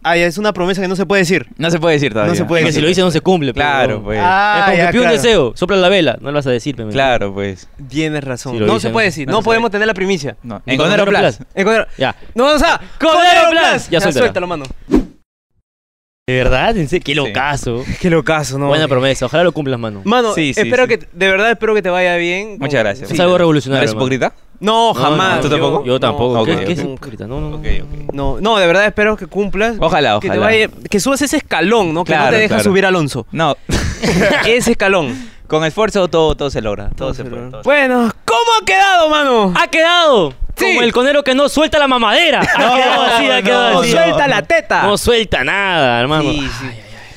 S2: Ay, es una promesa que no se puede decir.
S1: No se puede decir todavía.
S2: se puede
S3: Porque si lo dice no se cumple. pero-
S1: Claro, pues.
S2: Ah,
S3: es como
S2: ya,
S3: que pide un
S2: claro.
S3: deseo, sopla la vela. No lo vas a decir, pero-
S1: Claro, pues.
S2: Tienes razón.
S3: Si lo
S2: no
S3: dicen,
S2: se puede decir.
S3: no
S2: No,
S3: se
S2: podemos tener la primicia.
S1: No.
S3: Y
S1: En
S3: con
S1: Conero
S3: Conero
S1: Plus.
S3: Plus.
S2: En cuadro-
S3: Ya.
S2: No, vamos a.
S3: Codero Plus. Ya,
S2: Ya,
S3: suéltala.
S2: suéltalo, mano.
S3: ¿De verdad? ¿En serio? Qué locazo.
S2: Qué locazo, ¿no?
S3: Buena promesa. Ojalá lo cumplas, mano.
S2: Mano,
S1: Sí, sí,
S2: espero
S1: sí.
S2: que. De verdad, espero que te vaya bien.
S1: Muchas gracias.
S3: Es algo revolucionario,
S1: ¿No eres
S3: hermano.
S1: hipócrita?
S2: No,
S3: No,
S2: jamás.
S3: no,
S1: ¿Tú
S3: yo-
S1: tampoco?
S3: Yo, tampoco.
S1: Ok,
S3: ¿Qué,
S1: ok.
S3: qué es
S2: Nunca.
S3: hipócrita? No, no, no.
S1: Ok, ok.
S2: No, no, de verdad espero que cumplas.
S1: Ojalá,
S2: Que, te
S1: ojalá.
S2: vaya- que subas ese escalón, ¿no? Que no
S1: Claro,
S2: te deja
S1: claro.
S2: subir Alonso.
S1: No.
S2: ese escalón.
S1: Con esfuerzo todo, todo se logra. Todo, se puede. todo se-
S2: Bueno, ¿cómo ha quedado, mano?
S3: ¡Ha quedado!
S2: Sí.
S3: Como el conero que no suelta la mamadera. Ah, Ha quedado así, ha quedado
S2: No,
S3: así.
S2: suelta la teta.
S3: No suelta nada, hermano.
S1: Sí, sí.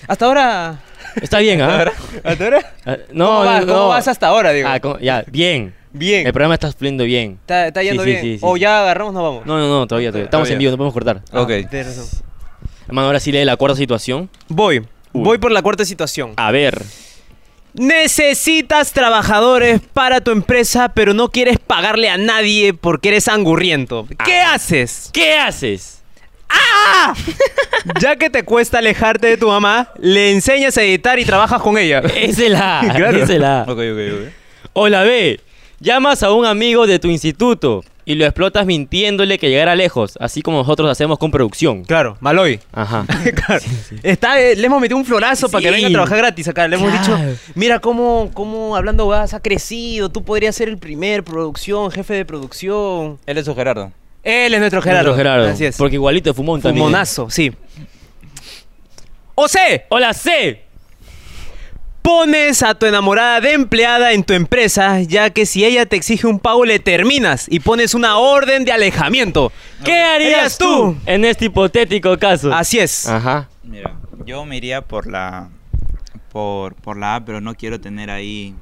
S2: Hasta ahora.
S3: Está bien, ¿ah?
S2: ¿Hasta ahora?
S3: Ah, No,
S2: ¿Cómo, vas,
S3: no.
S2: ¿Cómo vas hasta ahora, digo?
S3: Ah, con- ya, bien.
S2: Bien.
S3: El programa está fluyendo bien.
S2: Está, está yendo
S3: Sí, sí,
S2: bien.
S3: sí, sí,
S2: o
S3: sí.
S2: ya agarramos, nos vamos.
S3: No, no, no, todavía, todavía. Estamos
S1: Todavía.
S3: en vivo, no podemos cortar.
S2: Ah,
S1: Ok.
S2: tienes razón.
S3: Hermano, ahora sí lee la cuarta situación.
S2: Voy. Voy por la cuarta situación.
S3: A ver.
S2: Necesitas trabajadores para tu empresa, pero no quieres pagarle a nadie porque eres angurriento. ¿Qué haces?
S3: ¿Qué haces?
S2: Ya que te cuesta alejarte de tu mamá, le enseñas a editar y trabajas con ella.
S3: Esa es la A.
S2: Claro.
S3: esa es la A.
S1: Ok, ok, ok.
S3: O la B. Llamas a un amigo de tu instituto y lo explotas mintiéndole que llegará lejos, así como nosotros hacemos con producción.
S2: Claro, Maloy.
S3: Ajá.
S2: Claro. Está, eh, le hemos metido un florazo para que
S3: Sí.
S2: venga a trabajar gratis acá. Le hemos
S3: Claro.
S2: dicho, mira cómo, cómo Hablando Huevadas ha crecido. Tú podrías ser el primer producción, jefe de producción.
S1: Él es su Gerardo.
S2: Él es nuestro Gerardo.
S3: Nuestro Gerardo.
S2: Así es.
S3: Porque igualito es fumón también.
S2: Fumonazo, sí. O sea,
S3: O la C.
S2: pones a tu enamorada de empleada en tu empresa, ya que si ella te exige un pago le terminas y pones una orden de alejamiento.
S3: ¿Qué harías
S2: ¿Harías
S3: tú
S2: tú? Ah.
S3: en este hipotético caso?
S2: Así es.
S3: Ajá.
S1: Mira, yo me iría por la por, por la A, pero no quiero tener ahí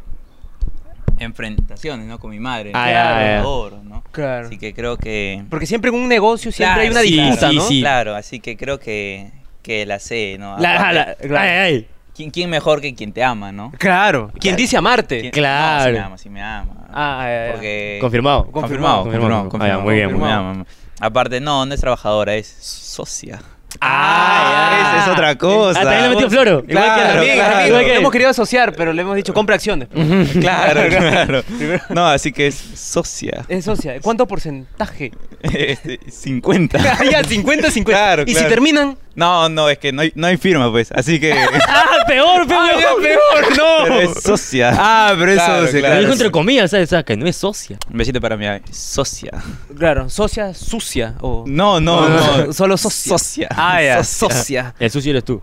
S1: enfrentaciones, ¿no? Con mi madre.
S3: Ah,
S1: ¿no?
S3: ya, ya, ya.
S1: Oro, ¿no?
S2: Claro.
S1: Así que creo que
S2: Porque siempre en un negocio
S1: Claro,
S2: siempre hay una
S1: sí,
S2: disputa,
S3: sí,
S2: ¿no?
S3: sí.
S1: claro, así que creo que que la C, ¿no?
S3: La,
S1: Aparte,
S3: la- la- ay, ay.
S1: ¿quién, quién mejor que quien te ama, ¿no?
S2: Claro. Quien dice amarte.
S1: ¿Quién-
S3: claro.
S1: No, si me ama, si me ama.
S2: Eh, Ah, ya, ya.
S1: Porque
S3: Confirmado.
S1: Eh,
S3: Ah,
S1: Confirmado, confirmado,
S3: confirmado. Ah, ya, muy bien, muy
S1: confirmado. Aparte, no, no es trabajadora, es socia.
S2: Ah,
S1: Esa es otra cosa.
S3: Ah, también le metió floro. Igual que
S1: Claro,
S2: Amigo,
S1: claro.
S2: amigo,
S3: Igual que-
S2: hemos querido asociar, pero le hemos dicho, compra acciones.
S1: Claro, claro. No, así que es socia.
S2: Es socia. ¿Cuánto porcentaje?
S1: Este, 50.
S2: ya, 50-50.
S1: Claro,
S2: y si
S1: claro.
S2: terminan...
S1: No, no, es que no hay, no hay firma, pues. Así que.
S3: ¡Ah, peor, peor!
S2: peor!
S1: pero es socia.
S2: Ah, pero es
S1: Claro,
S2: socia,
S1: claro.
S3: Lo dijo entre comillas, ¿sabes? O sea, que no es socia.
S1: Un besito para mi ave. socia.
S2: Claro, socia sucia o...
S1: No, no, no.
S2: Solo socia.
S1: Socia.
S2: Ah, ya.
S1: Socia.
S2: Socia.
S3: El sucio eres tú.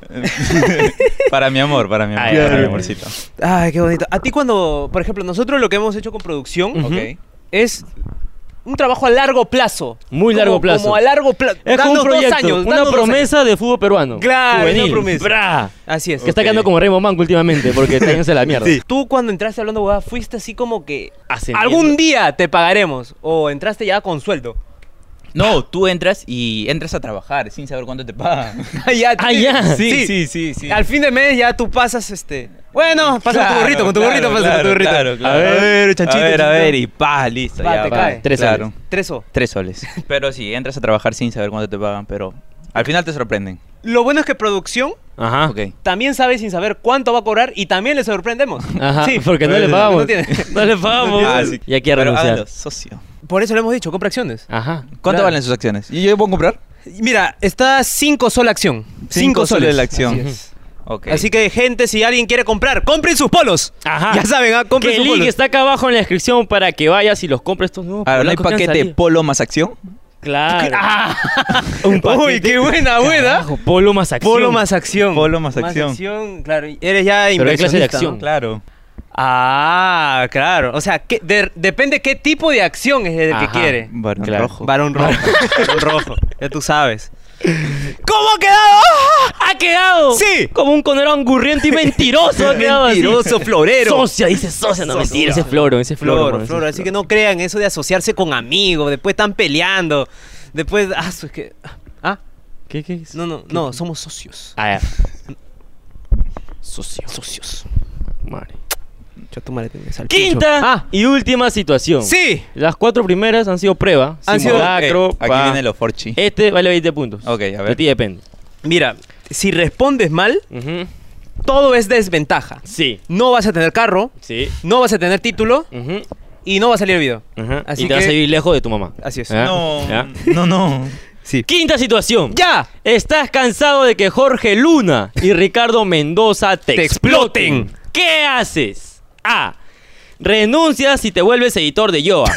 S1: para mi amor, para mi amor.
S3: Ay,
S1: para mi
S3: ay,
S1: amorcito.
S2: Ay, qué bonito. A ti cuando, por ejemplo, nosotros lo que hemos hecho con producción
S3: Ujú.
S1: Ok.
S2: es un trabajo a largo plazo.
S3: Muy largo
S2: Como-
S3: plazo.
S2: Como a largo plazo.
S3: Es como
S2: Danos
S3: un
S2: dos
S3: proyecto,
S2: años,
S3: una
S2: danos dos
S3: promesa de fútbol peruano.
S2: Claro, una
S3: Juvenil.
S2: promesa.
S3: Bra.
S2: años. Así es.
S3: Que está quedando como Remo Manco últimamente, porque está yéndose a la mierda.
S2: Tú cuando entraste hablando huevada fuiste así como que
S3: Ascendiendo.
S2: algún día te pagaremos o entraste ya con sueldo.
S1: No, tú entras y entras a trabajar sin saber cuánto te pagan.
S2: ya,
S3: Ah, ya.
S1: Sí, sí, sí, sí.
S2: Al fin de mes ya tú pasas este. Bueno, pasa
S1: Claro,
S2: tu burrito, con tu
S1: claro,
S2: burrito pasa con
S1: claro,
S2: tu burrito.
S1: claro, claro.
S2: A ver, chanchito.
S1: A ver, a
S2: chanchito.
S1: ver, y pa, listo.
S2: Pa,
S1: ya,
S2: te
S1: va.
S2: cae.
S3: Tres
S1: Claro.
S3: soles.
S2: Treso.
S1: Tres soles. Pero sí, entras a trabajar sin saber cuánto te pagan, pero al final te sorprenden.
S2: Lo bueno es que producción
S3: Ajá.
S1: Ok.
S2: también sabe sin saber cuánto va a cobrar y también le sorprendemos.
S3: Ajá.
S2: Sí,
S3: porque no le pagamos.
S2: No tiene.
S3: No le pagamos.
S1: Ah, sí.
S3: Y aquí a
S1: Pero
S3: renunciar.
S1: háganlo, socio.
S2: Por eso le hemos dicho, compra acciones.
S3: Ajá.
S1: ¿Cuánto
S2: Claro.
S1: valen sus acciones? ¿Y yo puedo comprar?
S2: Mira, está 5 sol acción. 5
S1: Cinco soles
S2: soles
S1: la acción.
S2: Así, es.
S1: Ok.
S2: Así que, gente, si alguien quiere comprar, compren sus polos.
S3: Ajá.
S2: Ya saben, ah, compren
S3: Que
S2: sus
S3: el link
S2: polos.
S3: está acá abajo en la descripción para que vayas y los compres estos nuevos.
S1: Ahora, ¿no hay
S3: polacos que han
S1: paquete
S3: salido.
S1: polo más acción?
S3: Claro.
S2: Un Uy, qué buena, buena.
S3: Carajo, polo más acción.
S2: Polo más acción.
S1: este. Polo más acción.
S2: claro. y Eres ya
S3: Pero ¿qué clase de
S2: inversionista,
S3: acción?
S2: ¿no?
S1: Claro.
S2: Ah, claro. O sea, que de- depende qué tipo de acción es el
S3: Ajá.
S2: que quiere.
S1: Varón
S3: Claro.
S1: rojo.
S2: Varón rojo. Varón rojo. Ya tú sabes. ¿Cómo ha quedado?
S3: ¡Ha quedado!
S2: Sí.
S3: Como un conero angurriento y mentiroso ha quedado así.
S2: Mentiroso, florero.
S3: Socia, dice socia. No, mentira. Ese es floro, ese es floro.
S2: Flor,
S3: mano,
S2: Flor,
S3: ese es
S2: así que no crean eso de asociarse con amigos, después están peleando, después, ah, su- es que, ah,
S3: ¿Qué, qué es?
S2: no, no, no, somos socios.
S3: Ah,
S2: Socios. Socios.
S3: madre.
S2: Yo tomaré te- me salpicho.
S3: Quinta
S2: Ah,
S3: y última situación.
S2: sí.
S3: Las cuatro primeras han sido prueba.
S2: Han sido- eh,
S3: simulacro,
S1: Ok, Eh, Aquí
S3: pa.
S1: viene los forchi.
S3: Este vale 20 puntos.
S1: Ok, a
S3: De
S1: ver.
S3: ti depende.
S2: Mira, si respondes mal,
S3: Ujú.
S2: todo es desventaja.
S3: Sí.
S2: No vas a tener carro,
S3: Sí.
S2: no vas a tener título
S3: Ujú.
S2: y no va a salir el video.
S3: Ajá.
S2: Así
S3: y te vas a
S2: que-
S3: vivir lejos de tu mamá.
S2: Así es.
S3: ¿Ya?
S1: No,
S3: ¿Ya?
S1: no, no.
S2: Sí.
S3: Quinta situación.
S2: Ya.
S3: Estás cansado de que Jorge Luna y Ricardo Mendoza te,
S2: Te exploten.
S3: exploten. ¿Qué haces? A. Renuncias y te vuelves editor de Yoa.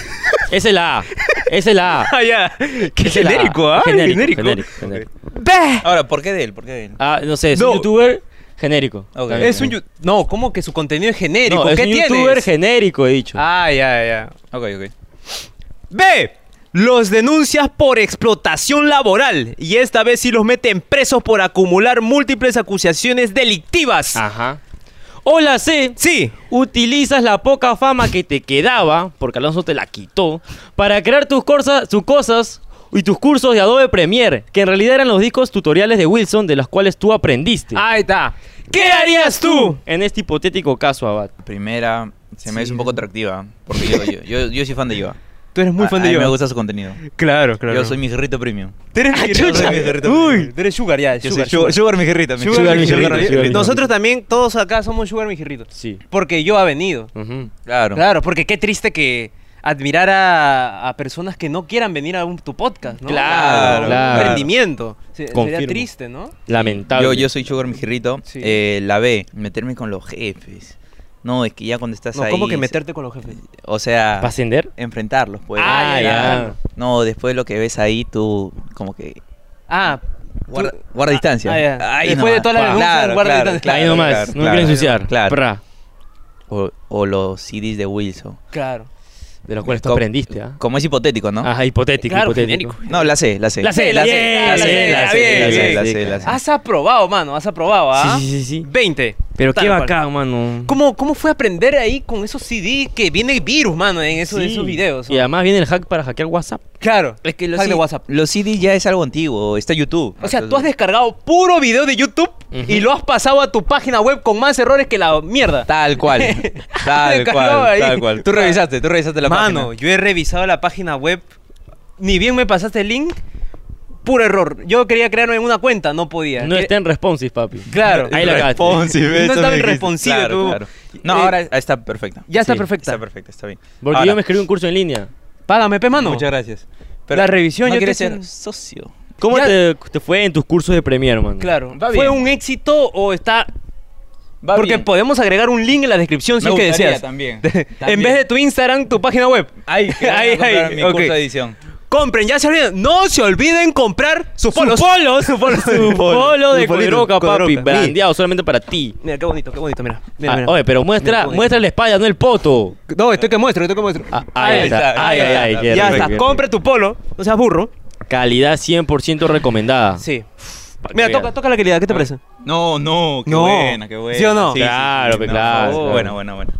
S3: Esa es la A. Esa es la A.
S2: Ah, ya. Qué
S3: Esa es la A.
S2: genérico, ¿ah?
S3: Genérico. Genérico. genérico.
S2: Ve.
S1: Ahora, ¿por qué de él? ¿Por qué de él?
S3: Ah, no sé, es un
S2: No.
S3: youtuber genérico.
S1: Ok.
S3: También,
S2: Ah, Es un
S3: ¿no?
S2: yu- no, ¿cómo que su contenido es genérico?
S3: No, es
S2: ¿Qué
S3: un
S2: tienes?
S3: youtuber genérico, he dicho.
S2: Ah, ya, ya.
S1: Ok, ok.
S2: B. Los denuncias por explotación laboral. Y esta vez sí los meten presos por acumular múltiples acusaciones delictivas.
S3: Ajá. Hola C.
S2: Sí.
S3: Utilizas la poca fama que te quedaba, porque Alonso te la quitó, para crear tus, corsa- sus cosas y tus cursos de Adobe Premiere, que en realidad eran los discos tutoriales de Wilson de los cuales tú aprendiste.
S1: Ah.
S2: Ahí está.
S3: ¿Qué harías tú en este hipotético caso, Abad?
S1: Primera, se me hace un poco atractiva. Porque yo, yo, yo, yo soy fan de Yoa.
S2: Tú eres muy
S1: A-
S2: fan
S1: Ah, a
S2: de
S1: mí
S2: yo.
S1: me gusta su contenido.
S2: Claro, claro.
S1: Yo soy mi gerrito premium.
S2: Tú eres mi
S1: chucha.
S2: Yo soy mi perrito. Ah, Uy, tú eres Sugar ya.
S1: Yo
S2: sugar,
S1: soy Sugar,
S2: sugar.
S1: mi gerrito. mi-
S2: Sugar,
S3: Sugar
S2: mi
S3: mi
S2: Girrito.
S3: Girrito, Sugar mi
S2: Nosotros también, todos acá somos Sugar Mijirrito.
S3: Sí.
S2: Porque yo ha venido.
S3: Ujú.
S1: Claro.
S2: Claro, porque qué triste que admirar a, a personas que no quieran venir a un- tu podcast, ¿no?
S1: Claro,
S2: Un
S3: claro.
S2: Emprendimiento. Se-
S3: Confirmo.
S2: Sería triste, ¿no?
S3: Lamentable.
S1: Yo, yo soy Sugar, mi gerrito.
S2: Sí.
S1: Eh, la B, meterme con los jefes. No, es que ya cuando estás
S2: No,
S1: ahí.
S2: ¿cómo que meterte con los jefes?
S1: O sea,
S3: ¿Para ascender?
S1: enfrentarlos, pues.
S3: Ah,
S1: Claro.
S3: ya.
S1: No, después lo que ves ahí, tú como que
S2: Ah,
S1: Guarda,
S2: tú-
S1: guarda distancia.
S2: Ah, ya.
S1: Ahí
S2: Después de todas las
S1: Pa.
S2: denuncias, guarda distancia.
S3: Ahí nomás,
S1: claro,
S3: no me
S1: claro,
S3: quiero ensuciar.
S1: claro.
S3: Pra,
S1: O, o los CDs de Wilson.
S2: claro.
S3: de los cuales tú
S1: Co-
S3: aprendiste, ¿ah?
S1: Como es hipotético, ¿no?
S3: Ajá, hipotético,
S2: Claro,
S3: hipotético.
S2: genérico.
S1: No, la sé, la sé.
S3: La sé, la
S1: la
S3: sé,
S1: sé, la sé, la sé,
S2: bien,
S1: la
S3: bien.
S1: sé, la sé.
S2: Has aprobado, mano, has aprobado, ¿ah?
S3: Sí, sí, sí, sí.
S2: 20.
S3: Pero
S2: Tal
S3: qué
S2: cual.
S3: bacán, mano.
S2: ¿Cómo, ¿Cómo fue aprender ahí con esos CD que viene el virus, mano, en esos,
S3: Sí.
S2: esos videos?
S3: Y además viene el hack para hackear WhatsApp.
S2: Claro.
S1: Es que los,
S2: Hack de
S1: C-
S2: WhatsApp.
S1: los CDs ya es algo antiguo, está YouTube.
S2: O sea, tú has descargado puro video de YouTube y lo has pasado a tu página web con más errores que la mierda.
S1: Tal cual, tal
S2: Descargado
S1: cual,
S2: ahí.
S1: tal cual. Tú revisaste, tú revisaste la
S2: Mano,
S1: página.
S2: yo he revisado la página web. Ni bien me pasaste el link. puro error. Yo quería crearme una cuenta, no podía.
S3: No
S2: Que-
S3: está en responsive, papi.
S2: Claro.
S3: Ahí la cagaste.
S2: No
S1: Responsive, eso
S2: estaba
S1: me dijiste.
S2: responsive,
S1: Claro,
S2: tú.
S1: claro. No,
S2: Eh,
S1: ahora está perfecta.
S2: Ya está
S3: Sí,
S2: perfecta.
S1: Está perfecta, está bien.
S3: Porque
S1: Ahora,
S3: yo me escribí un curso en línea.
S2: Págame, pe mano.
S1: Muchas gracias.
S2: La revisión
S1: ¿no
S2: ya te
S1: quieres
S2: hacen-
S1: ser socio.
S3: ¿Cómo
S2: Ya-
S3: te, te fue en tus cursos de Premiere, man?
S2: Claro.
S1: Va
S2: ¿Fue
S1: bien.
S2: un éxito o está...?
S1: Va
S2: Porque
S1: bien.
S2: podemos agregar un link en la descripción si
S1: Me
S2: es que
S1: gustaría
S2: deseas.
S1: también.
S2: en
S1: También.
S2: vez de tu Instagram, tu página web.
S1: Ahí,
S2: Ahí,
S1: ahí,
S2: ahí,
S1: Mi curso
S2: ok.
S1: de edición.
S2: Compren, ya se olviden. No se olviden comprar sus polos. Sus polos. Su polo,
S3: Polo de Codroca,
S2: Codroca,
S3: papi.
S2: Mira,
S3: Brandeado solamente para ti.
S2: Mira, qué bonito, qué bonito, mira. mira,
S3: Ah,
S2: mira.
S3: oye, pero muestra,
S2: Mira,
S3: muestra la espalda, no el poto.
S2: No, estoy que muestro, estoy que muestro.
S3: Ah, ahí,
S1: Ahí
S3: está.
S1: está,
S3: Ay,
S1: ahí
S3: ay,
S1: está.
S3: ay.
S1: Ya
S3: qué
S2: ya
S3: rico,
S2: está,
S3: qué rico.
S2: compre tu polo. No seas burro.
S3: Calidad 100% recomendada.
S2: Sí.
S3: Pa' que
S2: Mira,
S3: veas.
S2: toca, toca la calidad, ¿qué te parece?
S1: No, no, qué
S2: No.
S1: buena, qué buena.
S2: ¿Sí o no?
S3: Claro, pe,
S1: no,
S3: claro,
S1: por favor.
S3: claro.
S1: Bueno, bueno, bueno.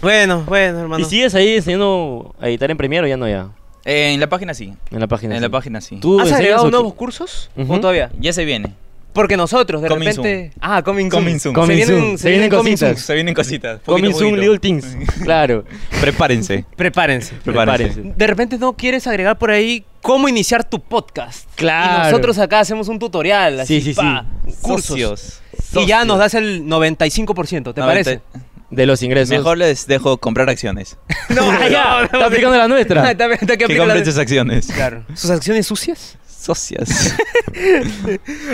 S2: Bueno, bueno,
S3: ¿Y
S2: hermano.
S3: sigues ahí enseñando a editar en Premiere o ya no ya?
S1: Eh, en la página sí.
S3: En la página.
S1: En
S3: sí.
S1: la página sí.
S3: ¿Tú
S2: ¿Has
S3: enseñas o
S2: agregado
S3: tú-
S2: nuevos cursos?
S3: Ujú.
S2: ¿O todavía?
S1: Ya se viene.
S2: Porque nosotros, de
S1: Coming
S2: repente... Ah, coming soon.
S1: Coming soon.
S3: Coming
S2: Se vienen-
S3: soon.
S2: se
S3: Se vienen
S2: vienen coming
S3: cositas.
S1: Se vienen cositas.
S3: Coming
S1: poquito a
S3: soon,
S1: poquito.
S3: little things. Claro.
S1: Prepárense.
S2: Prepárense.
S1: Prepárense.
S3: Prepárense.
S2: De repente no quieres agregar por ahí cómo iniciar tu podcast.
S3: Claro.
S2: Y nosotros acá hacemos un tutorial, así,
S3: Sí, sí,
S2: pa, cursos.
S1: Socios.
S2: Y ya
S1: Socios.
S2: nos das el 95%, ¿te parece?
S3: De los ingresos.
S1: Mejor les dejo comprar acciones.
S2: No,
S3: Ah, ya,
S2: no,
S3: está aplicando la nuestra.
S2: Está bien, está que
S1: Que
S2: aplica la-
S1: compren sus acciones.
S2: Claro. ¿Sus acciones sucias?
S1: Socias.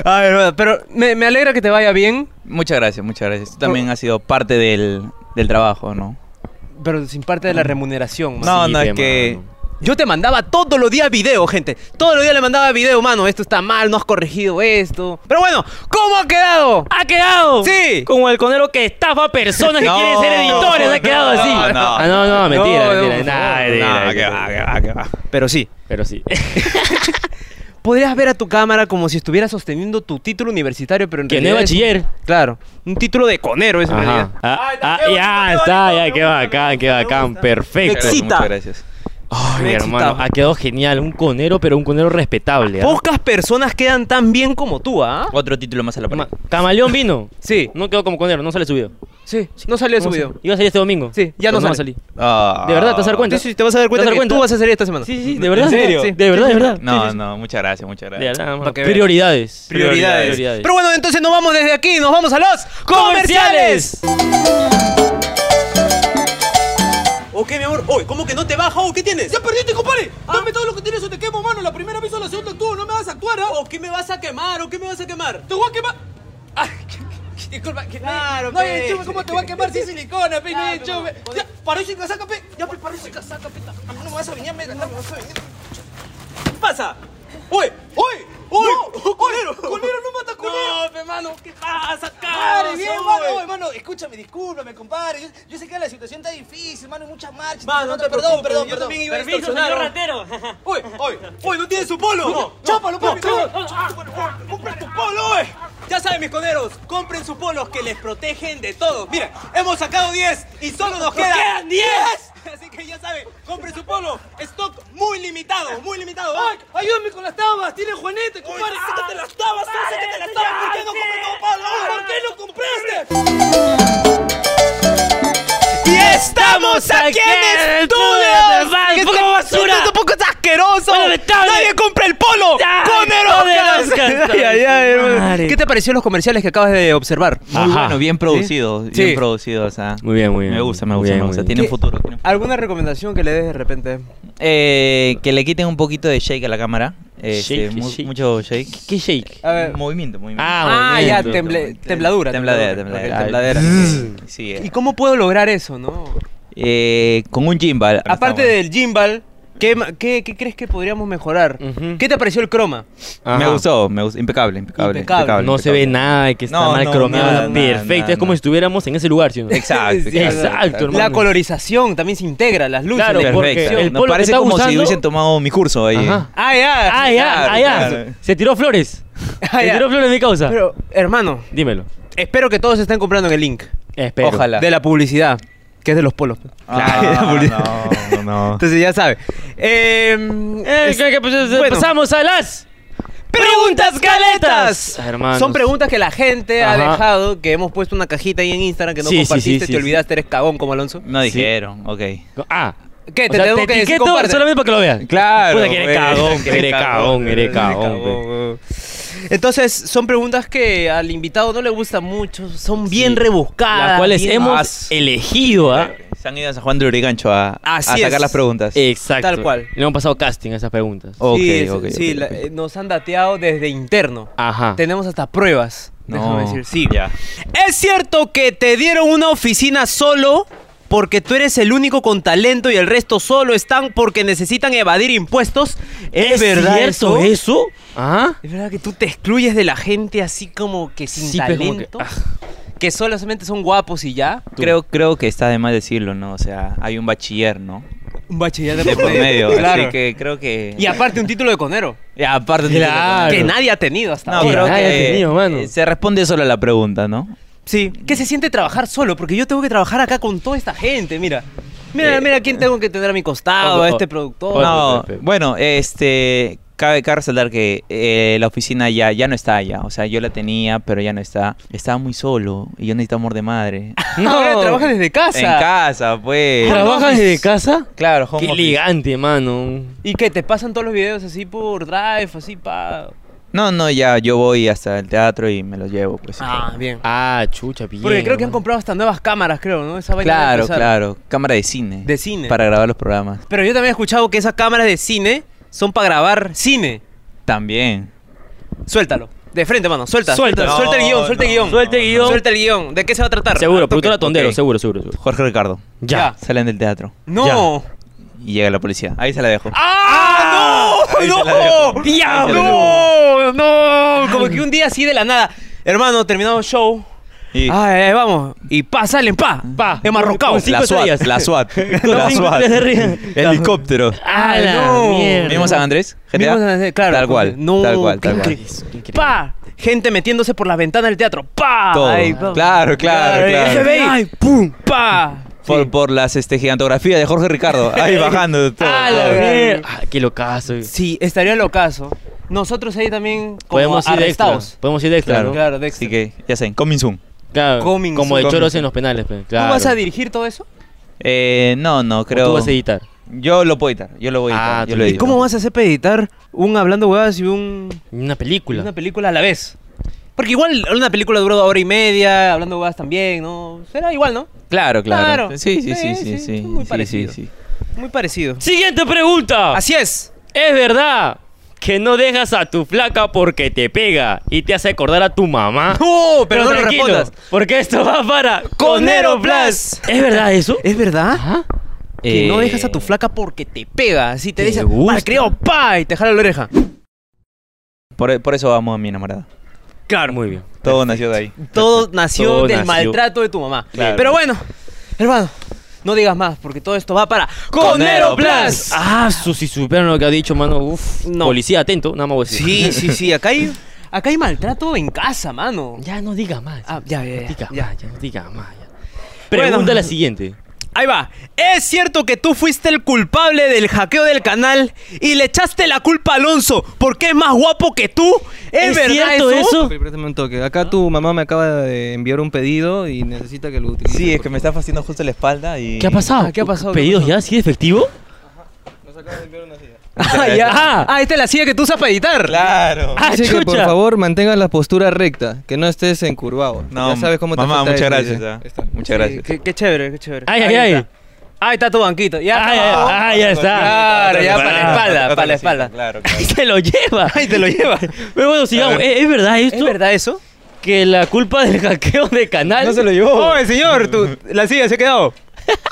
S2: A ver, bueno, pero me, me alegra que te vaya bien,
S1: muchas gracias, muchas gracias. Tú también has sido parte del, del trabajo, ¿no?
S2: pero sin parte de la remuneración. man.
S1: No,
S3: Sí,
S1: no, es
S3: pe,
S1: que...
S3: mano.
S2: Yo te mandaba todos los días video, gente. Todos los días le mandaba video, mano. Esto está mal, no has corregido esto. Pero bueno, ¿cómo ha quedado?
S3: ¡Ha quedado!
S2: Sí.
S3: Como el conero que estafa a personas que
S1: No,
S3: quieren ser editores. ¡Ha
S1: no,
S3: quedado así!
S1: no, no.
S3: ah, no, no, mentira,
S2: No, no,
S3: mentira.
S2: por
S3: Nah,
S2: favor.
S3: mentira,
S1: No, que
S3: mentira.
S1: va, que va, que va.
S2: Pero sí,
S3: Pero sí.
S2: podrías ver a tu cámara como si estuvieras sosteniendo tu título universitario, pero en
S3: Que no es
S2: realidad es-
S3: bachiller.
S2: Claro, un título de conero es en realidad.
S3: Ajá. Ah,
S4: Ay, está,
S3: ah,
S4: qué
S3: ya
S4: bonito,
S3: está,
S4: qué
S3: ya,
S4: bonito,
S3: qué
S4: me
S3: bacán,
S4: gusta,
S3: qué
S4: me
S3: bacán,
S4: gusta.
S3: perfecto.
S2: Excita.
S1: Muchas gracias.
S3: Ay,
S2: Me
S3: hermano, ah,
S2: excitaba.
S3: ha quedado genial, un conero, pero un conero respetable. ¿ah?
S2: Pocas personas quedan tan bien como tú, ¿ah?
S1: Otro título más a la pared.
S3: Ma- Camaleón vino.
S2: Sí,
S3: No quedó como conero, no sale subido.
S2: sí, no salió de su video.
S3: Iba a salir este domingo.
S2: Sí, ya no
S3: Pero va a salir.
S2: sale.
S3: ¿De verdad?
S1: Ah,
S3: ¿Te vas a dar cuenta?
S2: Sí, sí, te vas a dar cuenta
S3: ¿Te vas a dar
S2: que
S3: cuenta?
S2: tú vas a salir esta semana.
S3: Sí, sí, sí, de verdad.
S2: ¿En serio?
S3: Sí, de verdad, de verdad.
S1: No,
S3: Sí, sí,
S1: no, muchas gracias, muchas
S3: sí. De
S1: gracias.
S3: verdad, mano.
S2: Pa' que veas.
S3: Prioridades.
S2: Prioridades.
S3: Prioridades.
S2: Pero bueno, entonces nos vamos desde aquí, nos vamos a los comerciales.
S3: ¡Comerciales!
S2: Ok, mi amor, hoy, ¿cómo que no te baja? ¿O qué tienes? Ah.
S4: ¡Ya perdiste, compadre! Dame todo lo que tienes o te quemo, mano. La primera vez o la segunda tú, no me vas a actuar, ¿ah?
S2: ¿O qué me vas a quemar? ¿O qué me vas a quemar?
S4: ¡Te voy a quemar! Ay, disculpa, que
S2: Claro, pues.
S4: no hay- no
S2: pe.
S4: hay enchufe, ¿cómo te voy a quemar si es silicona, pe? No hay enchufe.
S2: pero-
S4: Ya, parece casaca, pe. Ya, pe, parece casaca, pe. A mí no me vas a venir a me no me vas a venir.
S2: ¿Qué pasa?
S4: ¡Uy! ¡Uy! ¡Uy! ¡Colero! ¡Colero no mata colero!
S2: No, pe, mano, ¿qué pasa,
S4: Compadre,
S2: Carlos?
S4: bien,
S2: Oye.
S4: mano, oye, mano, escúchame, discúlpame, compadre. Yo, yo sé que la situación está difícil, mano, hay muchas marchas.
S2: Mano, no te
S4: perdón,
S2: preocupes,
S4: perdón,
S2: yo
S4: perdón.
S2: también iba a
S4: Permiso,
S2: extorsionar,
S4: señor
S2: ¿no?
S4: ratero.
S2: Uy, uy, uy, no tiene su polo. No,
S4: Chápalo, papi,
S2: no,
S4: chápalo.
S2: chápalo, uy, compra tu polo, uy. Ya saben, mis coneros, compren sus polos que les protegen de todo. Mira, hemos sacado 10 y solo nos quedan,
S5: quedan
S2: 10. Así que ya saben, compren su polo. Stock muy limitado, muy limitado. ¿ah?
S4: Ay, ayúdame con las tabas, tiene Juanete, compadre. Sácate
S7: ah,
S4: las tabas, tú, sácate las tabas. ¿Por qué no compraste un palo? ¿Por qué no compraste?
S2: Y estamos
S3: aquí en el estudio de Val,
S2: Este-
S3: poco basura.
S2: este tampoco es asqueroso.
S3: Lamentable.
S2: Nadie compra el polo.
S3: Ay,
S2: Conero
S3: Conero Oscar.
S2: Ay, ay, ay, hermano.
S3: Madre.
S2: ¿Qué te pareció los comerciales que acabas de observar?
S1: Muy
S3: Ajá.
S1: bueno, bien producido, bien
S2: Sí.
S1: producido, o sea.
S3: Muy bien, muy bien.
S1: Me gusta, me
S3: Muy
S1: gusta,
S3: bien,
S1: me
S3: muy
S1: gusta.
S3: bien.
S1: Tiene
S2: ¿Qué-
S1: futuro. tiene-
S2: ¿Alguna recomendación que le des de repente?
S1: Eh, que le quiten un poquito de shake a la cámara. Este,
S3: Shake,
S1: mu-
S3: shake.
S1: Mucho shake.
S3: ¿Qué shake?
S2: A ver.
S1: Movimiento, movimiento.
S3: Ah,
S2: Ah,
S3: muy bien,
S2: ya,
S3: doctor.
S2: temble- tembladura.
S1: Tembladera,
S2: Ok.
S1: tembladera.
S3: Ok.
S1: tembladera.
S3: Mm.
S1: Sí, eh.
S2: ¿Y cómo puedo lograr eso, no?
S1: Eh, con un gimbal.
S2: Aparte del gimbal, ¿qué, ma- qué, qué crees que podríamos mejorar?
S3: Ujú.
S2: ¿Qué te pareció el croma?
S3: Ajá.
S1: Me gustó, me gustó. Impecable, impecable.
S2: Impecable.
S1: impecable,
S3: No se ve
S1: impecable.
S3: nada de que está
S1: No,
S3: mal
S1: no,
S3: cromeado.
S1: nada,
S3: Perfecto.
S1: nada,
S3: es como
S1: nada.
S3: si estuviéramos en ese lugar, ¿sí o no?
S1: Exacto,
S2: Sí, sí,
S3: exacto, hermano.
S2: La colorización también se integra, las luces.
S3: Claro,
S2: la
S3: porque
S1: Perfecto.
S3: el
S1: No,
S3: polo que
S1: parece
S3: está
S1: como si
S3: usando-
S1: hubiesen tomado mi curso ahí.
S3: Ajá.
S2: Ah, ya.
S3: Ah, ya, ah,
S1: Claro,
S3: ya.
S1: claro.
S3: Se tiró flores.
S2: Ah,
S3: Se
S2: ya.
S3: tiró flores mi causa.
S2: Pero, hermano,
S3: Dímelo.
S2: espero que todos estén comprando en el link
S3: Espero.
S1: Ojalá.
S2: de la publicidad, que es de los polos.
S1: Ah, no, no.
S2: Entonces ya sabe. Eh,
S3: Eh,
S2: es-
S3: que- que- pues,
S2: bueno,
S3: Pasamos a las
S2: preguntas caletas.
S3: Ah, hermanos.
S2: Son preguntas que la gente ha
S3: Ajá.
S2: dejado, que hemos puesto una cajita ahí en Instagram que no
S3: Sí, sí, sí,
S2: compartiste,
S3: sí,
S2: te
S3: sí.
S2: olvidaste, eres cagón como Alonso.
S1: No
S3: Sí.
S1: dijeron, ok.
S3: Ah,
S2: ¿Qué?
S3: O
S2: Eh, Te
S3: sea,
S2: tengo
S3: te
S2: que decir
S3: etiqueto
S2: comparte.
S3: solamente para que lo veas.
S2: Claro. pues.
S3: Puta, que eres
S2: güey.
S3: cagón, que eres cagón, eres cagón, güey.
S2: güey. Entonces, son preguntas que al invitado no le gustan mucho, son bien rebuscadas.
S3: Las cuales
S2: bien-
S3: hemos
S2: As-
S3: elegido, ¿ah?
S1: Se han ido a San Juan de Urigancho a, a
S2: Así
S1: sacar
S2: es.
S1: las preguntas.
S3: Exacto.
S2: Tal cual. Oh.
S3: Le hemos pasado casting a esas preguntas.
S1: Ok,
S2: sí, es-
S1: ok, ok,
S2: sí,
S1: ok.
S2: la- eh, nos han dateado desde interno.
S3: Ajá.
S2: Tenemos hasta pruebas.
S1: No.
S2: Déjame decir, sí.
S1: Ya.
S2: ¿Es cierto que te dieron una oficina solo porque tú eres el único con talento y el resto solo están porque necesitan evadir impuestos? ¿Es, verdad
S3: cierto
S2: eso?
S3: eso? ¿Ah?
S2: ¿Es verdad que tú te excluyes de la gente así pues, como que ah. sin
S3: Sí, pero como que-
S2: talento? que solamente son guapos y ya.
S1: Creo, creo que está de más decirlo, ¿no? O sea, hay un bachiller, ¿no?
S2: Un bachillerato
S1: De por medio.
S2: Claro.
S1: Así que creo que.
S2: Y aparte un título de conero.
S1: Y aparte.
S3: Claro.
S2: Que nadie ha tenido hasta
S1: No,
S3: Que
S2: ahora.
S1: creo
S3: nadie
S1: que
S3: ha tenido, mano.
S1: eh, se responde solo a la pregunta, ¿no?
S2: Sí. ¿Qué se siente trabajar solo? Porque yo tengo que trabajar acá con toda esta gente, mira. Mira,
S1: Eh,
S2: mira quién tengo que tener a mi costado,
S3: o-
S2: a
S3: o-
S2: este productor.
S1: No,
S3: Pepe.
S1: bueno, este, cabe, cabe resaltar que eh, la oficina ya, ya no está allá. O sea, yo la tenía, pero ya no está. Estaba muy solo y yo necesitaba amor de madre.
S2: Ahora trabajas desde casa. Ah,
S1: en casa,
S2: Eh,
S1: pues.
S3: ¿Trabajas desde casa?
S1: Claro, home
S3: Qué
S1: office.
S3: elegante, mano.
S2: y que te pasan todos los videos así por drive, así pa.
S1: No, no, ya yo voy hasta el teatro y me los llevo, pues.
S2: bien.
S3: Ah, chucha, bien.
S2: Porque creo que han
S3: mano.
S2: comprado hasta nuevas cámaras, creo, ¿no? Esa vaina debe
S1: Claro,
S2: pesar.
S1: claro. Cámara de cine.
S2: De cine.
S1: Para grabar los programas.
S2: Pero yo también he escuchado que esas cámaras de cine son para grabar cine.
S1: También.
S2: Suéltalo. De frente, mano. Suelta.
S3: Suelta.
S2: Suelta, suelta el
S1: No,
S2: guión, suelta el
S1: no, Ah,
S2: guión.
S3: Suelta el guión.
S2: Suelta el guión. ¿De qué se va a tratar?
S3: Seguro,
S2: Al toque.
S3: productora Tondero,
S2: Ok.
S3: seguro, seguro, seguro.
S1: Jorge Ricardo.
S3: Ya.
S1: Salen del teatro
S2: No.
S1: y llega la policía. Ahí se la dejo.
S2: ¡Ah!
S1: Ahí se la dejo.
S2: ¡No! ¡No!
S1: Ahí se la
S2: ¡No! ¡No! Como que un día así de la nada. Hermano, terminado el show.
S1: Y-
S2: Ay, ay, vamos. Y pa, salen, pa. Pa. De Marrocao.
S3: Con cinco
S1: la SWAT,
S3: estrellas.
S1: la SWAT,
S3: Con
S1: la
S3: cinco
S1: SWAT.
S3: estrellas de arriba.
S1: Helicóptero.
S3: ¡Ah,
S2: Ay,
S3: la
S2: no.
S3: mierda!
S1: ¿Vimos a San Andrés? GTA.
S2: Mismo San Andrés, eh, claro.
S1: Tal cual.
S2: No,
S1: tal cual, tal
S2: ¿qué
S1: cual.
S2: crees? ¡Pa! Gente metiéndose por las ventanas del teatro. ¡Pa!
S1: Todo.
S2: Ay, pa.
S1: claro, claro, claro.
S3: eh,
S2: FBI. ¡Pum! ¡Pa!
S1: Por,
S2: Sí.
S1: por las este, gigantografías de Jorge Ricardo. Ahí bajando. todo,
S3: ¡Ah,
S1: todo.
S3: la
S2: Todo.
S3: mierda! Ah, ¡Qué locazo!
S2: Sí, estaría el ocaso. Nosotros ahí también como
S3: Podemos ir de extra.
S2: arrestados.
S3: Podemos ir de extra,
S1: Claro.
S3: ¿no?
S2: Claro, de extra.
S1: Así que, ya saben, coming soon.
S3: Claro,
S2: Coming
S3: como
S2: soon.
S3: de choros
S1: Coming
S3: en los penales, pe,
S2: ¿Tú
S3: claro.
S2: vas a dirigir todo eso?
S1: Eh, no, no,
S3: Pero...
S1: creo.
S3: Tú vas a editar.
S1: Yo lo puedo editar. Yo lo voy a editar.
S3: Ah,
S1: yo
S3: tú
S1: lo
S3: editas.
S2: ¿Y
S1: edito.
S2: cómo vas a hacer para editar un hablando huevas y un
S3: Una película.
S2: una película a la vez? Porque igual una película duró hora y media, hablando huevas también, ¿no? Será igual, ¿no?
S1: Claro, claro.
S2: Claro.
S1: Sí, sí, sí,
S2: Sí,
S1: sí.
S2: sí,
S1: sí,
S2: muy
S1: sí,
S2: parecido.
S1: sí, sí.
S2: Muy parecido.
S3: Siguiente pregunta.
S2: Así es.
S3: ¿Es verdad que no dejas a tu flaca porque te pega y te hace acordar a tu mamá?
S1: Uh,
S2: No, pero, no lo
S3: tranquilo,
S2: respondas.
S3: Porque esto va para Conero Plus. ¿Es verdad eso?
S2: ¿Es verdad?
S3: Ajá.
S2: Que no
S1: Eh,
S2: dejas a tu flaca porque te pega. Así te
S3: Te
S2: dice,
S3: gusta.
S2: creo, pa, y te jala la oreja.
S1: Por, por eso vamos a mi enamorada.
S3: Claro. Muy bien.
S1: Todo nació de ahí.
S2: Todo nació
S3: Todo
S2: del
S3: nació.
S2: maltrato de tu mamá.
S3: Claro.
S2: Pero bueno, hermano, no digas más, porque todo esto va para
S1: Conero
S2: Conero
S1: Plus.
S2: Plus.
S3: Ah, su, si supieron lo que ha dicho, mano. Uf.
S2: No.
S3: Policía, atento. Nada más voy a decir.
S2: Sí, sí, sí, acá hay, acá hay maltrato en casa, mano.
S3: Ya no diga más.
S2: Ah, ya,
S3: No
S2: ya, ya,
S3: diga
S2: ya.
S3: más, ya no diga más. ya. Pregunta la siguiente.
S2: Ahí va. ¿Es cierto que tú fuiste el culpable del hackeo del canal y le echaste la culpa a Alonso porque es más guapo que tú? ¿Es,
S3: ¿Es
S2: verdad
S3: cierto eso?
S7: Espérate un toque. Acá tu mamá me acaba de enviar un pedido y necesita que lo utilice.
S1: Sí, es
S7: por
S1: que me está haciendo justo la espalda y.
S3: ¿Qué ha pasado?
S2: Ah, ¿qué ha pasado? ¿Qué
S3: ¿Pedidos
S2: pasó?
S3: ya? ¿Sí de efectivo?
S2: Ah, ya. Ah, esta es la silla que tú usas para editar.
S1: Claro.
S3: Ah,
S7: Dice que por
S3: chucha.
S7: favor mantengas la postura recta, que no estés encurvado.
S1: No,
S7: ya sabes cómo te
S1: mamá,
S7: afecta
S1: muchas
S7: esto,
S1: gracias.
S7: dice.
S1: ah.
S7: Ahí está.
S1: Muchas
S2: Sí,
S1: gracias.
S2: qué, qué chévere, qué chévere.
S3: Ay, ay, ay.
S2: Está. Ahí está tu banquito. Ya,
S3: Ay, ay,
S2: acabó.
S3: ay, ya está.
S2: Claro, ya
S1: Otra
S2: para la
S1: cosita,
S2: espalda,
S1: otra
S2: para la
S1: cosita,
S2: espalda.
S1: Claro,
S3: Y
S1: claro.
S3: te lo lleva.
S2: Ay, te lo lleva.
S3: Pero bueno, sigamos. Eh, ¿Es, es verdad esto?
S2: ¿Es verdad eso?
S3: Que la culpa del hackeo de canal.
S2: Oye, señor, tú- la silla se ha quedado.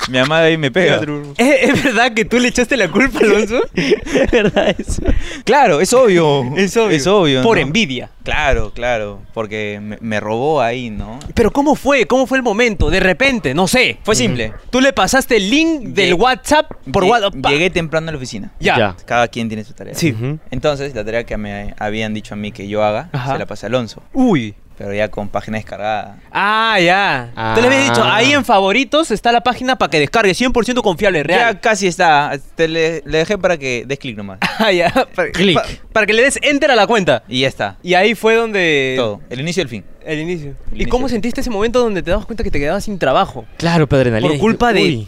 S1: Mi mamá de ahí me pega.
S2: ¿Es, es verdad que tú le echaste la culpa a Alonso?
S3: es verdad eso.
S1: Claro, es obvio.
S2: Es obvio.
S1: Es obvio.
S2: Por
S1: ¿no?
S2: envidia.
S1: Claro, claro. Porque me, me robó ahí, ¿no?
S2: Pero ¿cómo fue? ¿Cómo fue el momento? De repente, no sé.
S1: Fue simple.
S2: Tú le pasaste el link del
S1: Lleg-
S2: WhatsApp por
S1: Lle-
S2: WhatsApp. pa.
S1: Llegué temprano a la oficina.
S2: Ya.
S3: Ya.
S1: Cada quien tiene su tarea.
S2: Sí.
S3: Ujú.
S1: Entonces, la tarea que me habían dicho a mí que yo haga,
S2: Ajá.
S1: se la pasé a Alonso.
S2: Uy.
S1: Pero ya con página descargada.
S2: Ah, ya.
S3: Ah.
S2: Tú le habías dicho, ahí en favoritos está la página para que descargue 100% confiable,
S1: Ya
S2: real.
S1: casi está. Te le, le dejé para que des clic nomás.
S2: Ah, ya. Para,
S3: Clic.
S2: pa- para que le des enter a la cuenta.
S1: Y ya está.
S2: Y ahí fue donde...
S1: Todo. El inicio y el fin.
S2: El inicio.
S1: El
S2: ¿Y
S1: inicio.
S2: cómo sentiste ese momento donde te dabas cuenta que te quedabas sin trabajo?
S3: Claro, Pedrenalina.
S2: Por culpa de-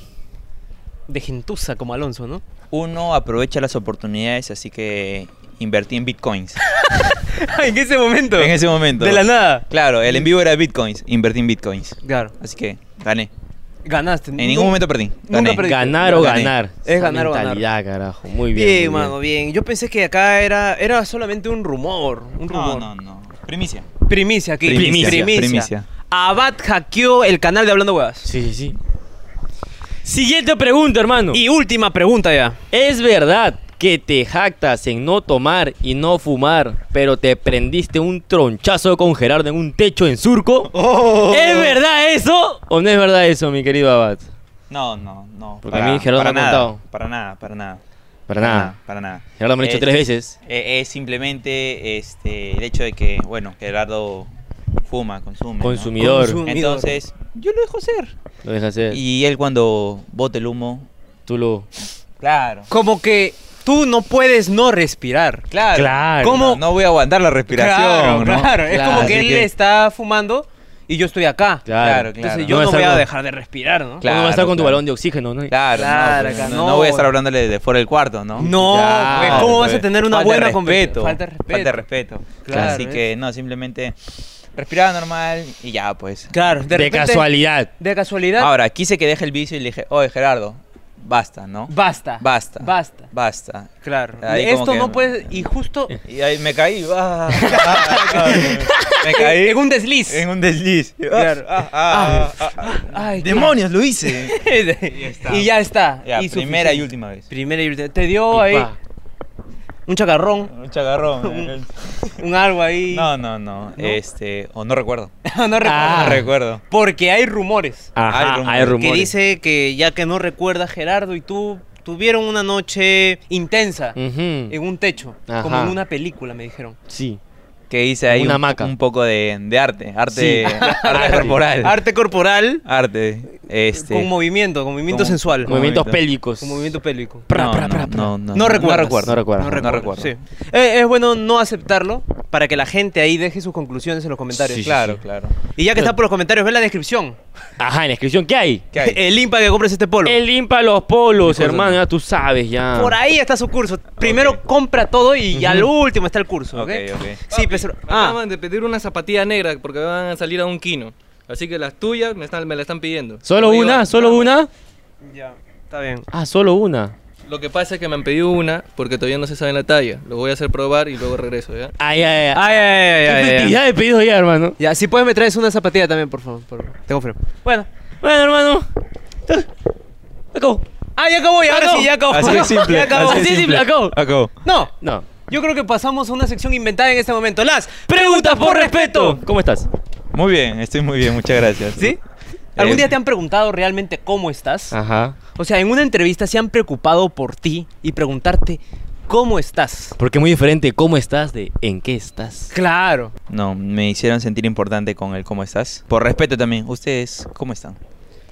S2: de gentuza como Alonso, ¿no?
S1: Uno aprovecha las oportunidades, así que invertí en bitcoins.
S2: en ese momento.
S1: en ese momento.
S2: De la nada.
S1: Claro, el en vivo era bitcoins, invertí en bitcoins.
S2: Claro.
S1: Así que gané.
S2: Ganaste.
S1: En ningún momento perdí.
S2: Nunca
S1: Gané.
S2: perdí.
S3: Ganar o
S1: Gané.
S3: ganar.
S2: Es ganar o ganar.
S3: Mentalidad, carajo. Muy bien.
S2: Bien,
S3: muy
S2: mano, bien. Yo pensé que acá era, era solamente un rumor.
S1: No,
S2: Un rumor.
S1: no, no. Primicia.
S2: Primicia aquí.
S1: Primicia,
S2: Primicia.
S1: primicia.
S2: Abad hackeó el canal de Hablando Huevas.
S3: Sí, sí, sí. Siguiente pregunta, hermano.
S2: Y última pregunta ya.
S3: ¿Es verdad que te jactas en no tomar y no fumar, pero te prendiste un tronchazo con Gerardo en un techo en surco? ¿Es verdad eso o no es verdad eso, mi querido Abad?
S1: No, no, no.
S3: Porque a mí Gerardo
S1: para
S3: me ha
S1: nada,
S3: contado.
S1: Para nada, para nada.
S3: Para nada.
S1: Para nada.
S3: Gerardo me lo ha dicho
S1: Este,
S3: tres veces.
S1: Eh, es simplemente este, el hecho de que, bueno, Gerardo fuma, consume. ¿no?
S3: Consumidor.
S2: Consum-
S1: Entonces, yo lo dejo ser.
S3: Lo dejas hacer.
S1: Y él cuando bote el humo.
S3: tú lo...
S1: Claro.
S2: Como que tú no puedes no respirar.
S1: Claro.
S3: Claro.
S1: No, no voy a aguantar la respiración.
S2: claro,
S1: ¿no?
S2: claro. Es
S3: Claro,
S2: como que
S1: así
S2: él está fumando y yo estoy acá.
S1: Claro,
S3: Claro,
S1: claro.
S2: Entonces yo no,
S3: No, es
S2: voy a
S3: algo-
S2: dejar de respirar, ¿no?
S1: Claro,
S3: no vas a estar con tu
S1: claro.
S3: balón de oxígeno, ¿no?
S1: Claro,
S2: Claro,
S1: no, pues,
S2: acá,
S1: no,
S2: no.
S1: no voy a estar hablándole de fuera del cuarto, ¿no?
S2: No,
S3: Claro,
S2: pues, ¿cómo vas a
S1: pues.
S2: tener una
S1: Falta de
S2: buena
S1: respeto,
S2: conversación?
S1: Falta de respeto.
S2: Claro,
S1: Así
S2: ¿ves?
S1: que no, simplemente respiraba normal y ya, pues.
S2: Claro, de,
S3: De,
S2: repente-
S3: casualidad.
S2: De casualidad.
S1: Ahora, quise que deje el vicio y le dije, oye Gerardo, basta, ¿no?
S2: Basta.
S1: Basta.
S2: Basta.
S1: Basta.
S2: Claro.
S1: Ahí
S2: Esto
S1: como que-
S2: no puede. Y justo.
S1: Y ahí me caí. ah, me caí
S2: En un desliz.
S1: en un desliz.
S2: Claro.
S1: Ah, ah, ah, ah.
S2: Ay,
S1: Demonios, lo hice.
S2: claro. y ya está.
S1: Ya,
S2: Y
S1: primera y
S2: suficiente.
S1: última vez.
S2: Primera y última. Te dio Oh, ahí
S3: Pa.
S2: un chacarrón,
S1: Un chagarrón. eh.
S2: un algo ahí.
S1: No, no, no. Este, o no recuerdo.
S2: no recuerdo.
S3: Ah.
S1: No recuerdo.
S2: Porque hay rumores.
S3: Ajá,
S1: Hay rumores.
S3: hay rumores.
S2: Que dice que ya que no recuerda Gerardo y tú tuvieron una noche intensa
S3: Ujú.
S2: en un techo,
S3: Ajá.
S2: como en una película, me dijeron.
S3: Sí.
S1: Que hice ahí
S3: Una
S1: un,
S3: hamaca.
S1: un poco de, de arte. Arte,
S3: Sí.
S1: arte corporal.
S2: Arte corporal
S1: Arte. Este.
S2: con movimiento, con movimiento
S1: Con-
S2: sensual.
S1: con-
S3: Movimientos
S1: Movimiento.
S3: pélvicos.
S2: Con movimiento pélvico.
S1: no, no, no, no,
S2: No recuerdas.
S1: recuerdo.
S3: No recuerdo.
S1: No
S3: No
S1: recuerdo.
S2: Sí. Eh, es bueno no aceptarlo para que la gente ahí deje sus conclusiones en los comentarios.
S3: Sí, sí,
S1: Claro, claro.
S2: Y ya que está por los comentarios, ve la descripción.
S3: Ajá, en la descripción, ¿qué hay?
S1: Eh. ¿Qué hay?
S2: El IMPA que compres este polo.
S3: El limpa los polos,
S1: Cosas,
S3: hermano,
S1: ¿no?
S3: ya tú sabes ya.
S2: Por ahí está su curso. Primero
S1: Ah. Ok.
S2: compra todo y al último está el curso. ¿ok?
S1: Ok, ok.
S2: Sí, pero. Ah,
S7: Acaban de pedir una zapatilla negra porque van a salir a un kino. Así que las tuyas me, están, me la están pidiendo.
S3: ¿Solo
S7: Yo digo,
S3: una? ¿Solo
S7: vamos.
S3: una?
S2: ya, está bien.
S3: Ah, solo una.
S7: Lo que pasa es que me han pedido una porque todavía no se sabe la talla. Lo voy a hacer probar y luego regreso, ¿ya?
S3: Ay, ay, ay.
S2: Ay, ay, ay,
S3: Qué
S2: ay, ay, ay.
S1: eh,
S3: cantidad de pedidos Ah, ya, hermano.
S2: Ya, si puedes me traes una zapatilla también, por favor. por favor. Tengo frío. Bueno.
S3: Bueno, hermano. Ya Acabó.
S2: Ah, ya acabó, ya ahora
S3: Acabó.
S2: sí, ya acabó.
S1: Así de simple.
S2: Ya acabó.
S3: así de simple, acabó.
S1: Acabó.
S2: No,
S3: No.
S2: yo creo que pasamos a una sección inventada en este momento. Las
S3: Preguntas
S2: por respeto.
S3: ¿Cómo estás?
S1: Muy bien, estoy muy bien, muchas gracias.
S2: ¿Sí? ¿Algún día te han preguntado realmente cómo estás?
S1: Ah.
S3: Ajá.
S2: O sea, en una entrevista se han preocupado por ti y preguntarte cómo estás.
S3: Porque es muy diferente cómo estás de en qué estás.
S2: Claro.
S1: No, me hicieron sentir importante con el cómo estás. Por respeto también, ustedes, ¿cómo están?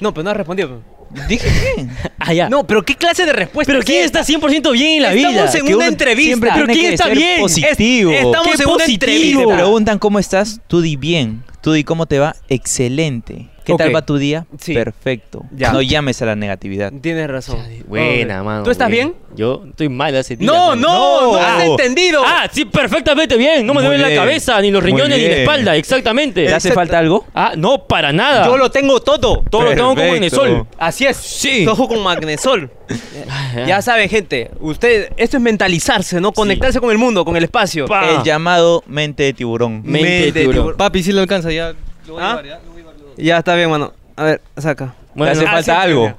S2: No, pero no has respondido.
S1: Dije bien.
S3: Ah, ya.
S2: No, pero ¿qué clase de respuesta
S3: Pero
S2: es
S3: ¿quién
S2: esta?
S3: está 100% bien en la
S2: Estamos
S3: vida?
S2: en
S3: Que
S2: una
S3: uno
S2: entrevista.
S3: siempre- Pero
S2: Tiene
S3: ¿quién
S1: que
S3: está
S1: ser
S3: bien?
S1: posi- Positivo.
S2: Es-
S3: Qué
S2: estamos en una
S3: positivo.
S1: Si te
S2: entrevista.
S1: preguntan cómo estás, tú di bien. Tú di cómo te va, excelente. ¿Qué
S2: Ok.
S1: tal va tu día?
S2: Sí.
S1: Perfecto.
S2: Ya.
S1: No llames a la negatividad.
S2: Tienes razón.
S3: Buena,
S2: Ok.
S3: mano.
S2: ¿Tú estás
S3: buena.
S2: bien?
S3: Yo estoy mal hace días.
S2: No,
S3: mano.
S2: no, no has
S3: Ah.
S2: entendido.
S3: Ah, sí, perfectamente bien. No me
S1: Muy
S3: duele la
S1: bien.
S3: cabeza, ni los
S1: Muy
S3: riñones, ni la
S1: bien.
S3: espalda. Exactamente.
S1: ¿Te hace falta algo?
S3: Ah, no, para nada.
S2: Yo lo tengo todo.
S3: Todo lo tengo como en el
S1: Perfecto.
S3: sol.
S2: Así es. Sí. Todo con magnesol.
S3: Ah,
S2: ya saben, gente. Usted, esto es mentalizarse, ¿no? Conectarse con el mundo, con el espacio.
S3: Pa- Ah.
S1: El llamado mente de tiburón.
S3: Me- Mente de tiburón.
S7: Papi, si lo alcanza, ya. Lo voy a
S2: ¿Ah?
S7: llevar, ya. Lo voy a llevar, lo voy a llevar.
S2: Ya está bien, mano. A ver, saca. Ah,
S1: ¿Te hace falta algo?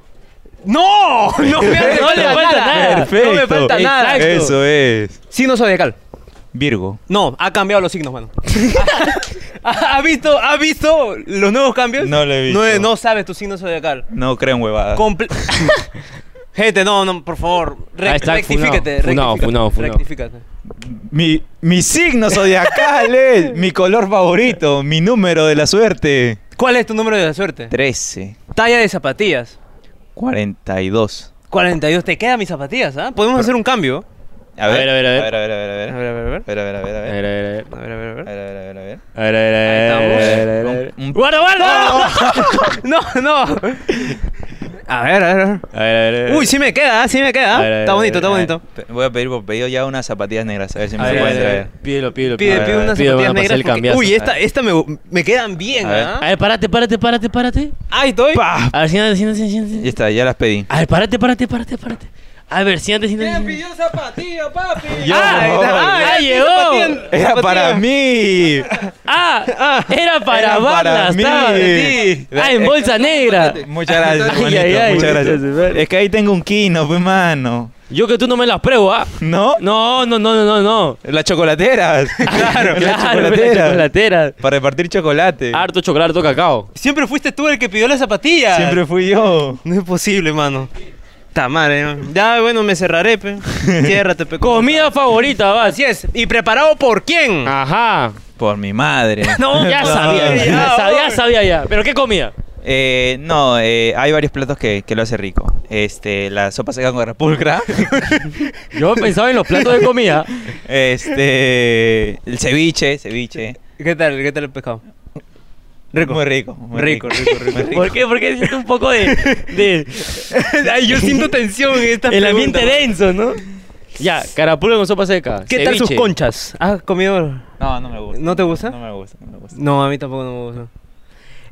S2: ¡No! No me hace
S3: No le
S2: falta
S3: falta
S2: nada.
S3: nada.
S2: No me falta nada.
S3: Exacto.
S1: Eso es.
S2: Signo zodiacal.
S1: Virgo.
S2: No, ha cambiado los signos, mano. ¿Ha ha visto, ha visto los nuevos cambios?
S1: No lo he visto.
S2: No, no sabes tu signo zodiacal.
S1: No creo en huevadas.
S2: Comple- Gente, no, no, por favor, re-
S3: Ahí está,
S2: rectifícate,
S3: funado,
S2: rectifícate,
S3: funado, funado.
S2: rectifícate.
S1: Mi, mi signo zodiacal es mi color favorito, mi número de la suerte.
S2: ¿Cuál es tu número de la suerte?
S1: 13,
S2: Talla de zapatillas.
S1: 42.
S2: 42, te quedan mis zapatillas, ¿ah? Podemos hacer un cambio.
S1: A
S3: ver, a ver, a ver.
S1: A ver, a ver, a
S2: A
S1: ver.
S2: ver, a ver, a ver.
S1: A ver, a ver, a ver, a
S3: A
S1: ver.
S3: ver, a ver, a ver.
S2: A ver, a ver, a
S1: A
S2: ver.
S1: ver, a ver, a ver, a ver.
S3: A ver, a ver, a ver, a ver, a ver, a ver.
S1: Un- un- Eh.
S3: Guarda, guarda.
S2: No, no. A ver, a ver,
S1: A ver,
S2: a ver.
S1: a ver, a ver.
S2: Uy, sí me queda, ¿ah? sí me
S1: A ver, a
S2: queda.
S1: ver,
S2: Está
S1: a
S2: bonito,
S1: ver,
S2: está
S1: a ver.
S2: bonito.
S1: Pe- Voy a pedir por pedido ya unas zapatillas negras, a ver si me
S3: A ver,
S1: pueden
S3: a ver,
S1: traer.
S3: Pídelo, pídelo.
S2: Pide,
S1: A
S2: pide
S1: ver,
S2: unas
S3: pide,
S2: zapatillas
S3: bueno, para hacer
S2: negras
S3: el
S2: porque...
S3: cambiazo.
S2: Uy, esta, esta me, me quedan bien,
S1: A ver.
S3: A
S2: ¿ah?
S3: ver, párate, párate, párate, párate.
S2: Ahí estoy.
S3: A ver, siéntate, siéntate, siéntate.
S1: Ya está, ya las pedí.
S3: A ver, párate, párate, párate, párate. A ver, siéntate, siéntate.
S6: ¿Quién
S3: siéntate.
S6: pidió zapatilla, papi?
S2: Ah, ahí está,
S3: Ah,
S2: ah,
S3: llegó.
S2: zapatilla,
S1: Era
S2: zapatilla.
S1: para mí.
S3: Ah, era para
S1: Era
S3: Barla,
S1: mí. eh,
S3: estaba. Ah, en bolsa negra.
S1: Muchas gracias,
S3: Ay,
S1: bonito,
S3: ay, ay.
S1: muchas gracias. Es que ahí tengo un kino, pues, mano.
S3: Yo que tú no me las pruebo, ¿ah?
S1: ¿No?
S3: No, no, no, no, no, no.
S1: Las chocolateras. claro, las
S3: pero
S1: chocolateras.
S3: chocolatera.
S1: Para repartir chocolate.
S3: Harto chocolate, harto cacao.
S2: Siempre fuiste tú el que pidió las zapatillas.
S1: Siempre fui yo.
S2: No es posible, mano. Está madre, ¿no? Ya, bueno, me cerraré, pe. Ciérrate, pe.
S3: Comida favorita, vas.
S2: Así es. ¿Y preparado por quién?
S1: Ah.
S3: Ajá.
S1: Por mi madre.
S3: No, ya sabía,
S1: ya,
S3: ya sabía,
S2: ahora.
S3: sabía ya. ¿Pero qué comida?
S1: Eh, no, eh, hay varios platos que, que lo hace rico. Este, la sopa seca con repulcra.
S3: Yo pensaba en los platos de comida.
S1: este, el ceviche, ceviche.
S2: ¿Qué tal? ¿Qué tal el pescado? Rico.
S1: Muy rico, muy
S2: Rico, rico, rico,
S1: muy
S3: ¿Por qué? Porque siento un poco de... de
S2: Ay, yo siento tensión en esta
S3: el ambiente
S2: pregunta,
S3: denso, ¿no? Ya, carapulo con sopa seca.
S2: ¿no? ¿Qué tal sus
S3: ceviche.
S2: conchas? ¿Has comido?
S1: No, no me gusta.
S2: ¿No te gusta?
S1: No me gusta, no me gusta.
S2: No, a mí tampoco no me gusta.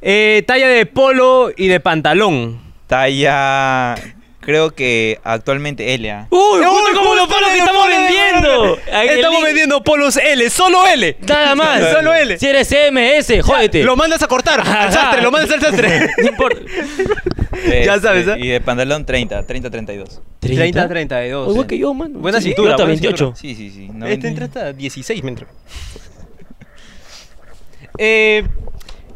S2: Eh, talla de polo y de pantalón.
S1: Talla, creo que actualmente L. ¿ah?
S3: ¡Uy!
S2: ¡Uy,
S3: justo como los
S2: justo
S3: palos que
S2: los
S3: estamos
S2: palos de-
S3: vendiendo! Ahí el
S2: Estamos
S3: link.
S2: vendiendo polos L, solo L.
S3: Nada más.
S2: Solo L.
S3: Si eres CMS, jódete.
S2: Lo mandas a cortar al
S3: Ajá.
S2: sastre, lo mandas al sastre.
S3: No importa.
S1: Este,
S2: sabes, ¿ah?
S1: Y de pantalón 30, 30, 32.
S2: 30, 32.
S3: Oh, igual
S2: eh.
S3: que yo, mano.
S2: Buena
S3: Sí,
S2: cintura,
S3: yo hasta
S2: buena
S3: 28.
S1: pues, Sí, sí, sí. no
S2: Este
S1: vendí-
S2: entra hasta 16 me entró. Eh,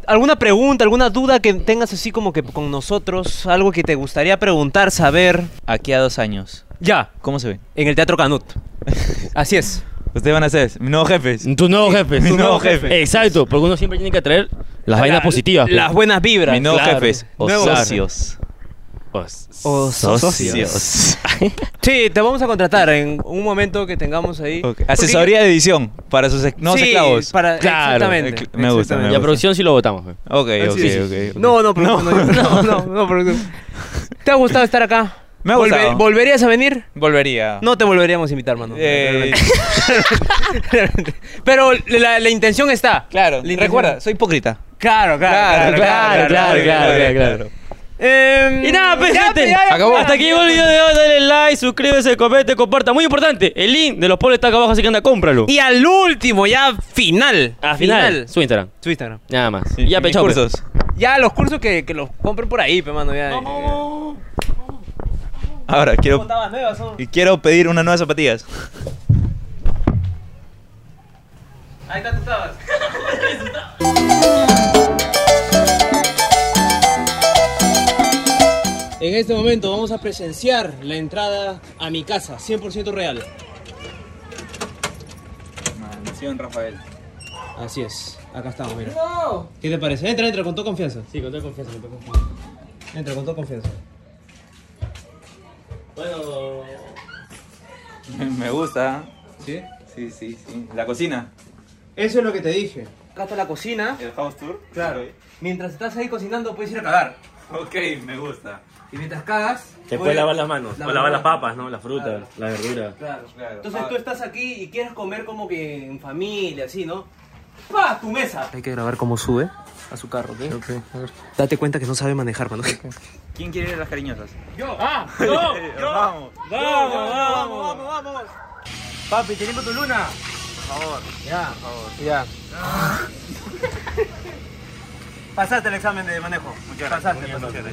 S2: ¿Alguna pregunta, alguna duda que tengas así como que con nosotros? Algo que te gustaría preguntar, saber.
S1: Aquí a dos años,
S2: Ya,
S1: ¿cómo se ve?
S2: en el Teatro Canut. Así es.
S1: Ustedes van a ser mis nuevos jefes.
S3: Tu nuevo jefe.
S1: mi
S3: Tu
S1: nuevo jefe.
S3: Exacto, porque uno siempre tiene que traer las vainas
S2: La-
S3: positivas. pues.
S2: Las buenas vibras.
S1: Mis nuevos
S3: claro.
S1: jefes. O
S2: Nuevos.
S1: socios.
S3: Os-
S2: O
S1: Socios.
S2: Sí, te vamos a contratar en un momento que tengamos ahí.
S1: Ok. Asesoría de edición para sus ec- nuevos
S2: Sí,
S1: esclavos.
S2: Para,
S3: Claro.
S2: Exactamente.
S1: Eh, me gusta, me
S3: Y a
S1: gusta.
S3: producción sí lo votamos. pues.
S1: Ok, ok,
S2: Sí, sí,
S1: ok, ok.
S2: No, no, producto, no, no, no, no, producto. ¿Te ha gustado estar acá?
S1: Me ha
S2: Volve-
S1: gustado.
S2: ¿Volverías a venir?
S1: Volvería.
S2: No te volveríamos a invitar, mano.
S1: Eh,
S2: Realmente. Pero la, la intención está.
S1: claro,
S2: La intención-
S1: recuerda, soy hipócrita.
S2: Claro, claro, claro, claro, claro.
S3: claro,
S1: claro,
S3: claro.
S2: Em,
S3: Y nada, pues,
S2: ya,
S3: gente.
S2: ya, ya,
S1: Acabó.
S2: ya.
S3: Hasta aquí llegó el video de hoy. Dale like, suscríbese, comente, comparta. Muy importante, el link de los polos está acá abajo, así que anda, cómpralo.
S2: Y al último, ya final.
S3: al Ah, final, su Instagram.
S2: Su Instagram.
S3: Nada más.
S1: Sí,
S3: Y ya
S1: mis
S3: pechado. pues.
S1: cursos.
S2: Ya los cursos que, que los compren por ahí, pe, mano. Ya,
S1: Ahora quiero y quiero pedir unas nuevas zapatillas.
S2: Ahí está, tú estabas. En este momento vamos a presenciar la entrada a mi casa, 100% real.
S1: Mansión Rafael.
S2: Así es, acá estamos, mira. ¿Qué te parece? Entra, entra, con toda confianza. Sí, con toda confianza, con toda confianza. Entra, con toda confianza.
S1: Me gusta. ¿Sí? Sí, sí, sí. La cocina.
S2: Eso es lo que te dije. Acá está la cocina.
S1: El house tour.
S2: Claro. Mientras estás ahí cocinando puedes ir a cagar.
S1: Ok, me gusta.
S2: Y mientras cagas...
S3: Te
S2: puedes
S3: puedes lavar las manos,
S2: Lavar
S3: o lavar
S2: las
S3: las
S2: manos.
S3: papas, ¿no? La fruta, la verdura.
S2: Claro,
S1: Claro.
S2: Entonces tú estás aquí y quieres comer como que en familia, así, ¿no? ¡Pa! ¡Tu mesa! Hay que grabar cómo sube a su carro, ¿ok? Date cuenta que no sabe manejar, mano.
S1: ¿Quién quiere ir a las cariñosas?
S2: ¡Yo! ¡Ah! ¡No! ¡Yo!
S1: Vamos.
S2: ¡Vamos, vamos, vamos, vamos! Papi, te limpio tu luna. Por favor. Ya. Por favor. Ya. Pasaste el examen de manejo. Muchas gracias. Pasaste, pasaste.